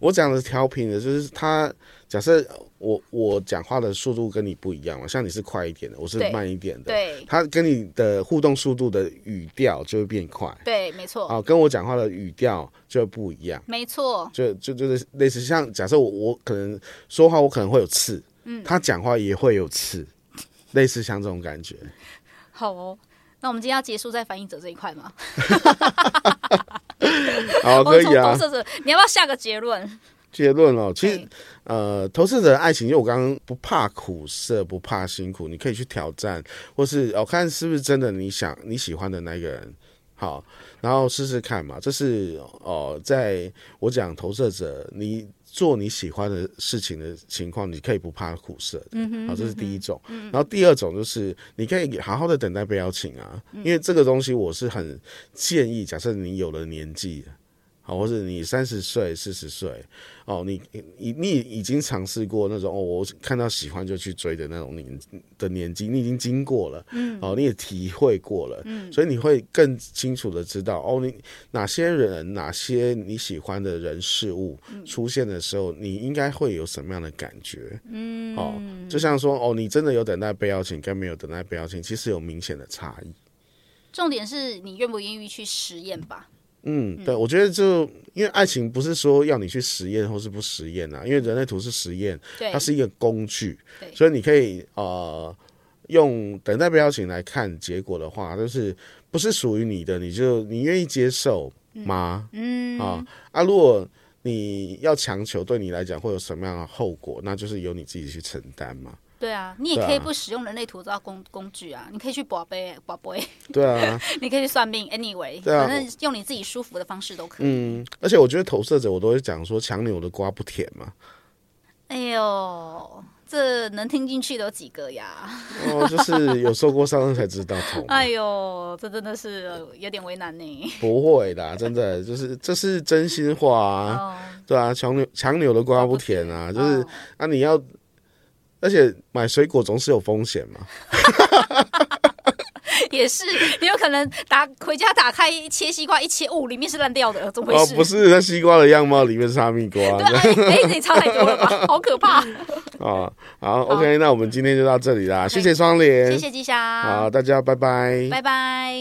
[SPEAKER 2] 我讲的调频的就是他。假设我我讲话的速度跟你不一样嘛，像你是快一点的，我是
[SPEAKER 1] 对
[SPEAKER 2] 慢一点的，
[SPEAKER 1] 对
[SPEAKER 2] 他跟你的互动速度的语调就会变快
[SPEAKER 1] 对，没错，
[SPEAKER 2] 啊，跟我讲话的语调就会不一样。
[SPEAKER 1] 没错，
[SPEAKER 2] 就就就是类似像假设我我可能说话我可能会有刺，嗯，他讲话也会有刺，类似像这种 感觉。
[SPEAKER 1] 好哦。那我们今天要结束在反应者这一块吗？
[SPEAKER 2] 好，
[SPEAKER 1] 我
[SPEAKER 2] 可
[SPEAKER 1] 们从
[SPEAKER 2] 以
[SPEAKER 1] 投
[SPEAKER 2] 啊。
[SPEAKER 1] 射者，你要不要下个结论？
[SPEAKER 2] 结论哦，其实
[SPEAKER 1] 对
[SPEAKER 2] 呃，投射者的爱情，因为我刚刚不怕苦涩，不怕辛苦，你可以去挑战，或是哦看是不是真的你想你喜欢的那个人。好，然后试试看嘛。这是哦，在我讲投射者，你做你喜欢的事情的情况，你可以不怕苦涩的。嗯哼，好，嗯这是第一种。然后第二种就是，你可以好好的等待被邀请啊，因为这个东西我是很建议，假设你有了年纪。好，或是你三十岁、四十岁，哦，你你你已经尝试过那种哦，我看到喜欢就去追的那种年的年纪，你已经经过了，嗯，哦，你也体会过了，嗯，所以你会更清楚的知道哦，你哪些人、哪些你喜欢的人事物出现的时候，你应该会有什么样的感觉，嗯，哦，就像说哦，你真的有等待被邀请跟没有等待被邀请，其实有明显的差异。嗯
[SPEAKER 1] 重点是你愿不愿意去实验吧？
[SPEAKER 2] 嗯，对，我觉得就因为爱情不是说要你去实验或是不实验啊，因为人类图是实验，
[SPEAKER 1] 对
[SPEAKER 2] 它，是一个工具
[SPEAKER 1] 哎对，
[SPEAKER 2] 所以你可以呃用等待被邀请来看结果的话，就是不是属于你的，你就你愿意接受吗？嗯啊啊，如果你要强求，对你来讲会有什么样的后果？那就是由你自己去承担嘛。
[SPEAKER 1] 对啊，你也可以
[SPEAKER 2] 对啊
[SPEAKER 1] 不使用人类图这道工工具啊，你可以去宝贝宝贝，
[SPEAKER 2] 对啊，
[SPEAKER 1] 你可以去算命，anyway，
[SPEAKER 2] 对啊
[SPEAKER 1] 反正用你自己舒服的方式都可以。
[SPEAKER 2] 嗯，而且我觉得投射者我都会讲说，强扭的瓜不甜嘛。
[SPEAKER 1] 哎呦，这能听进去的有几个呀？
[SPEAKER 2] 哦，就是有受过伤的才知道 痛嘛。
[SPEAKER 1] 哎呦，这真的是呃有点为难呢。
[SPEAKER 2] 不会 啦，真的就是这是真心话啊，
[SPEAKER 1] 哦，
[SPEAKER 2] 对啊，强扭强扭的瓜不甜啊，就是
[SPEAKER 1] 哦
[SPEAKER 2] 啊你要，而且买水果总是有风险嘛，
[SPEAKER 1] 也是，你有可能打回家打开切西瓜，一切哦，里面是烂掉的，怎么回
[SPEAKER 2] 哦
[SPEAKER 1] 事？
[SPEAKER 2] 不是那西瓜的样貌里面是哈密瓜
[SPEAKER 1] 对，哎、哎你差太多了吧，好可 怕！
[SPEAKER 2] 啊，好，OK，那我们今天就到这里啦，谢谢双
[SPEAKER 1] 谢
[SPEAKER 2] 莲，
[SPEAKER 1] 谢吉祥，
[SPEAKER 2] 好，大家拜拜，
[SPEAKER 1] 拜拜。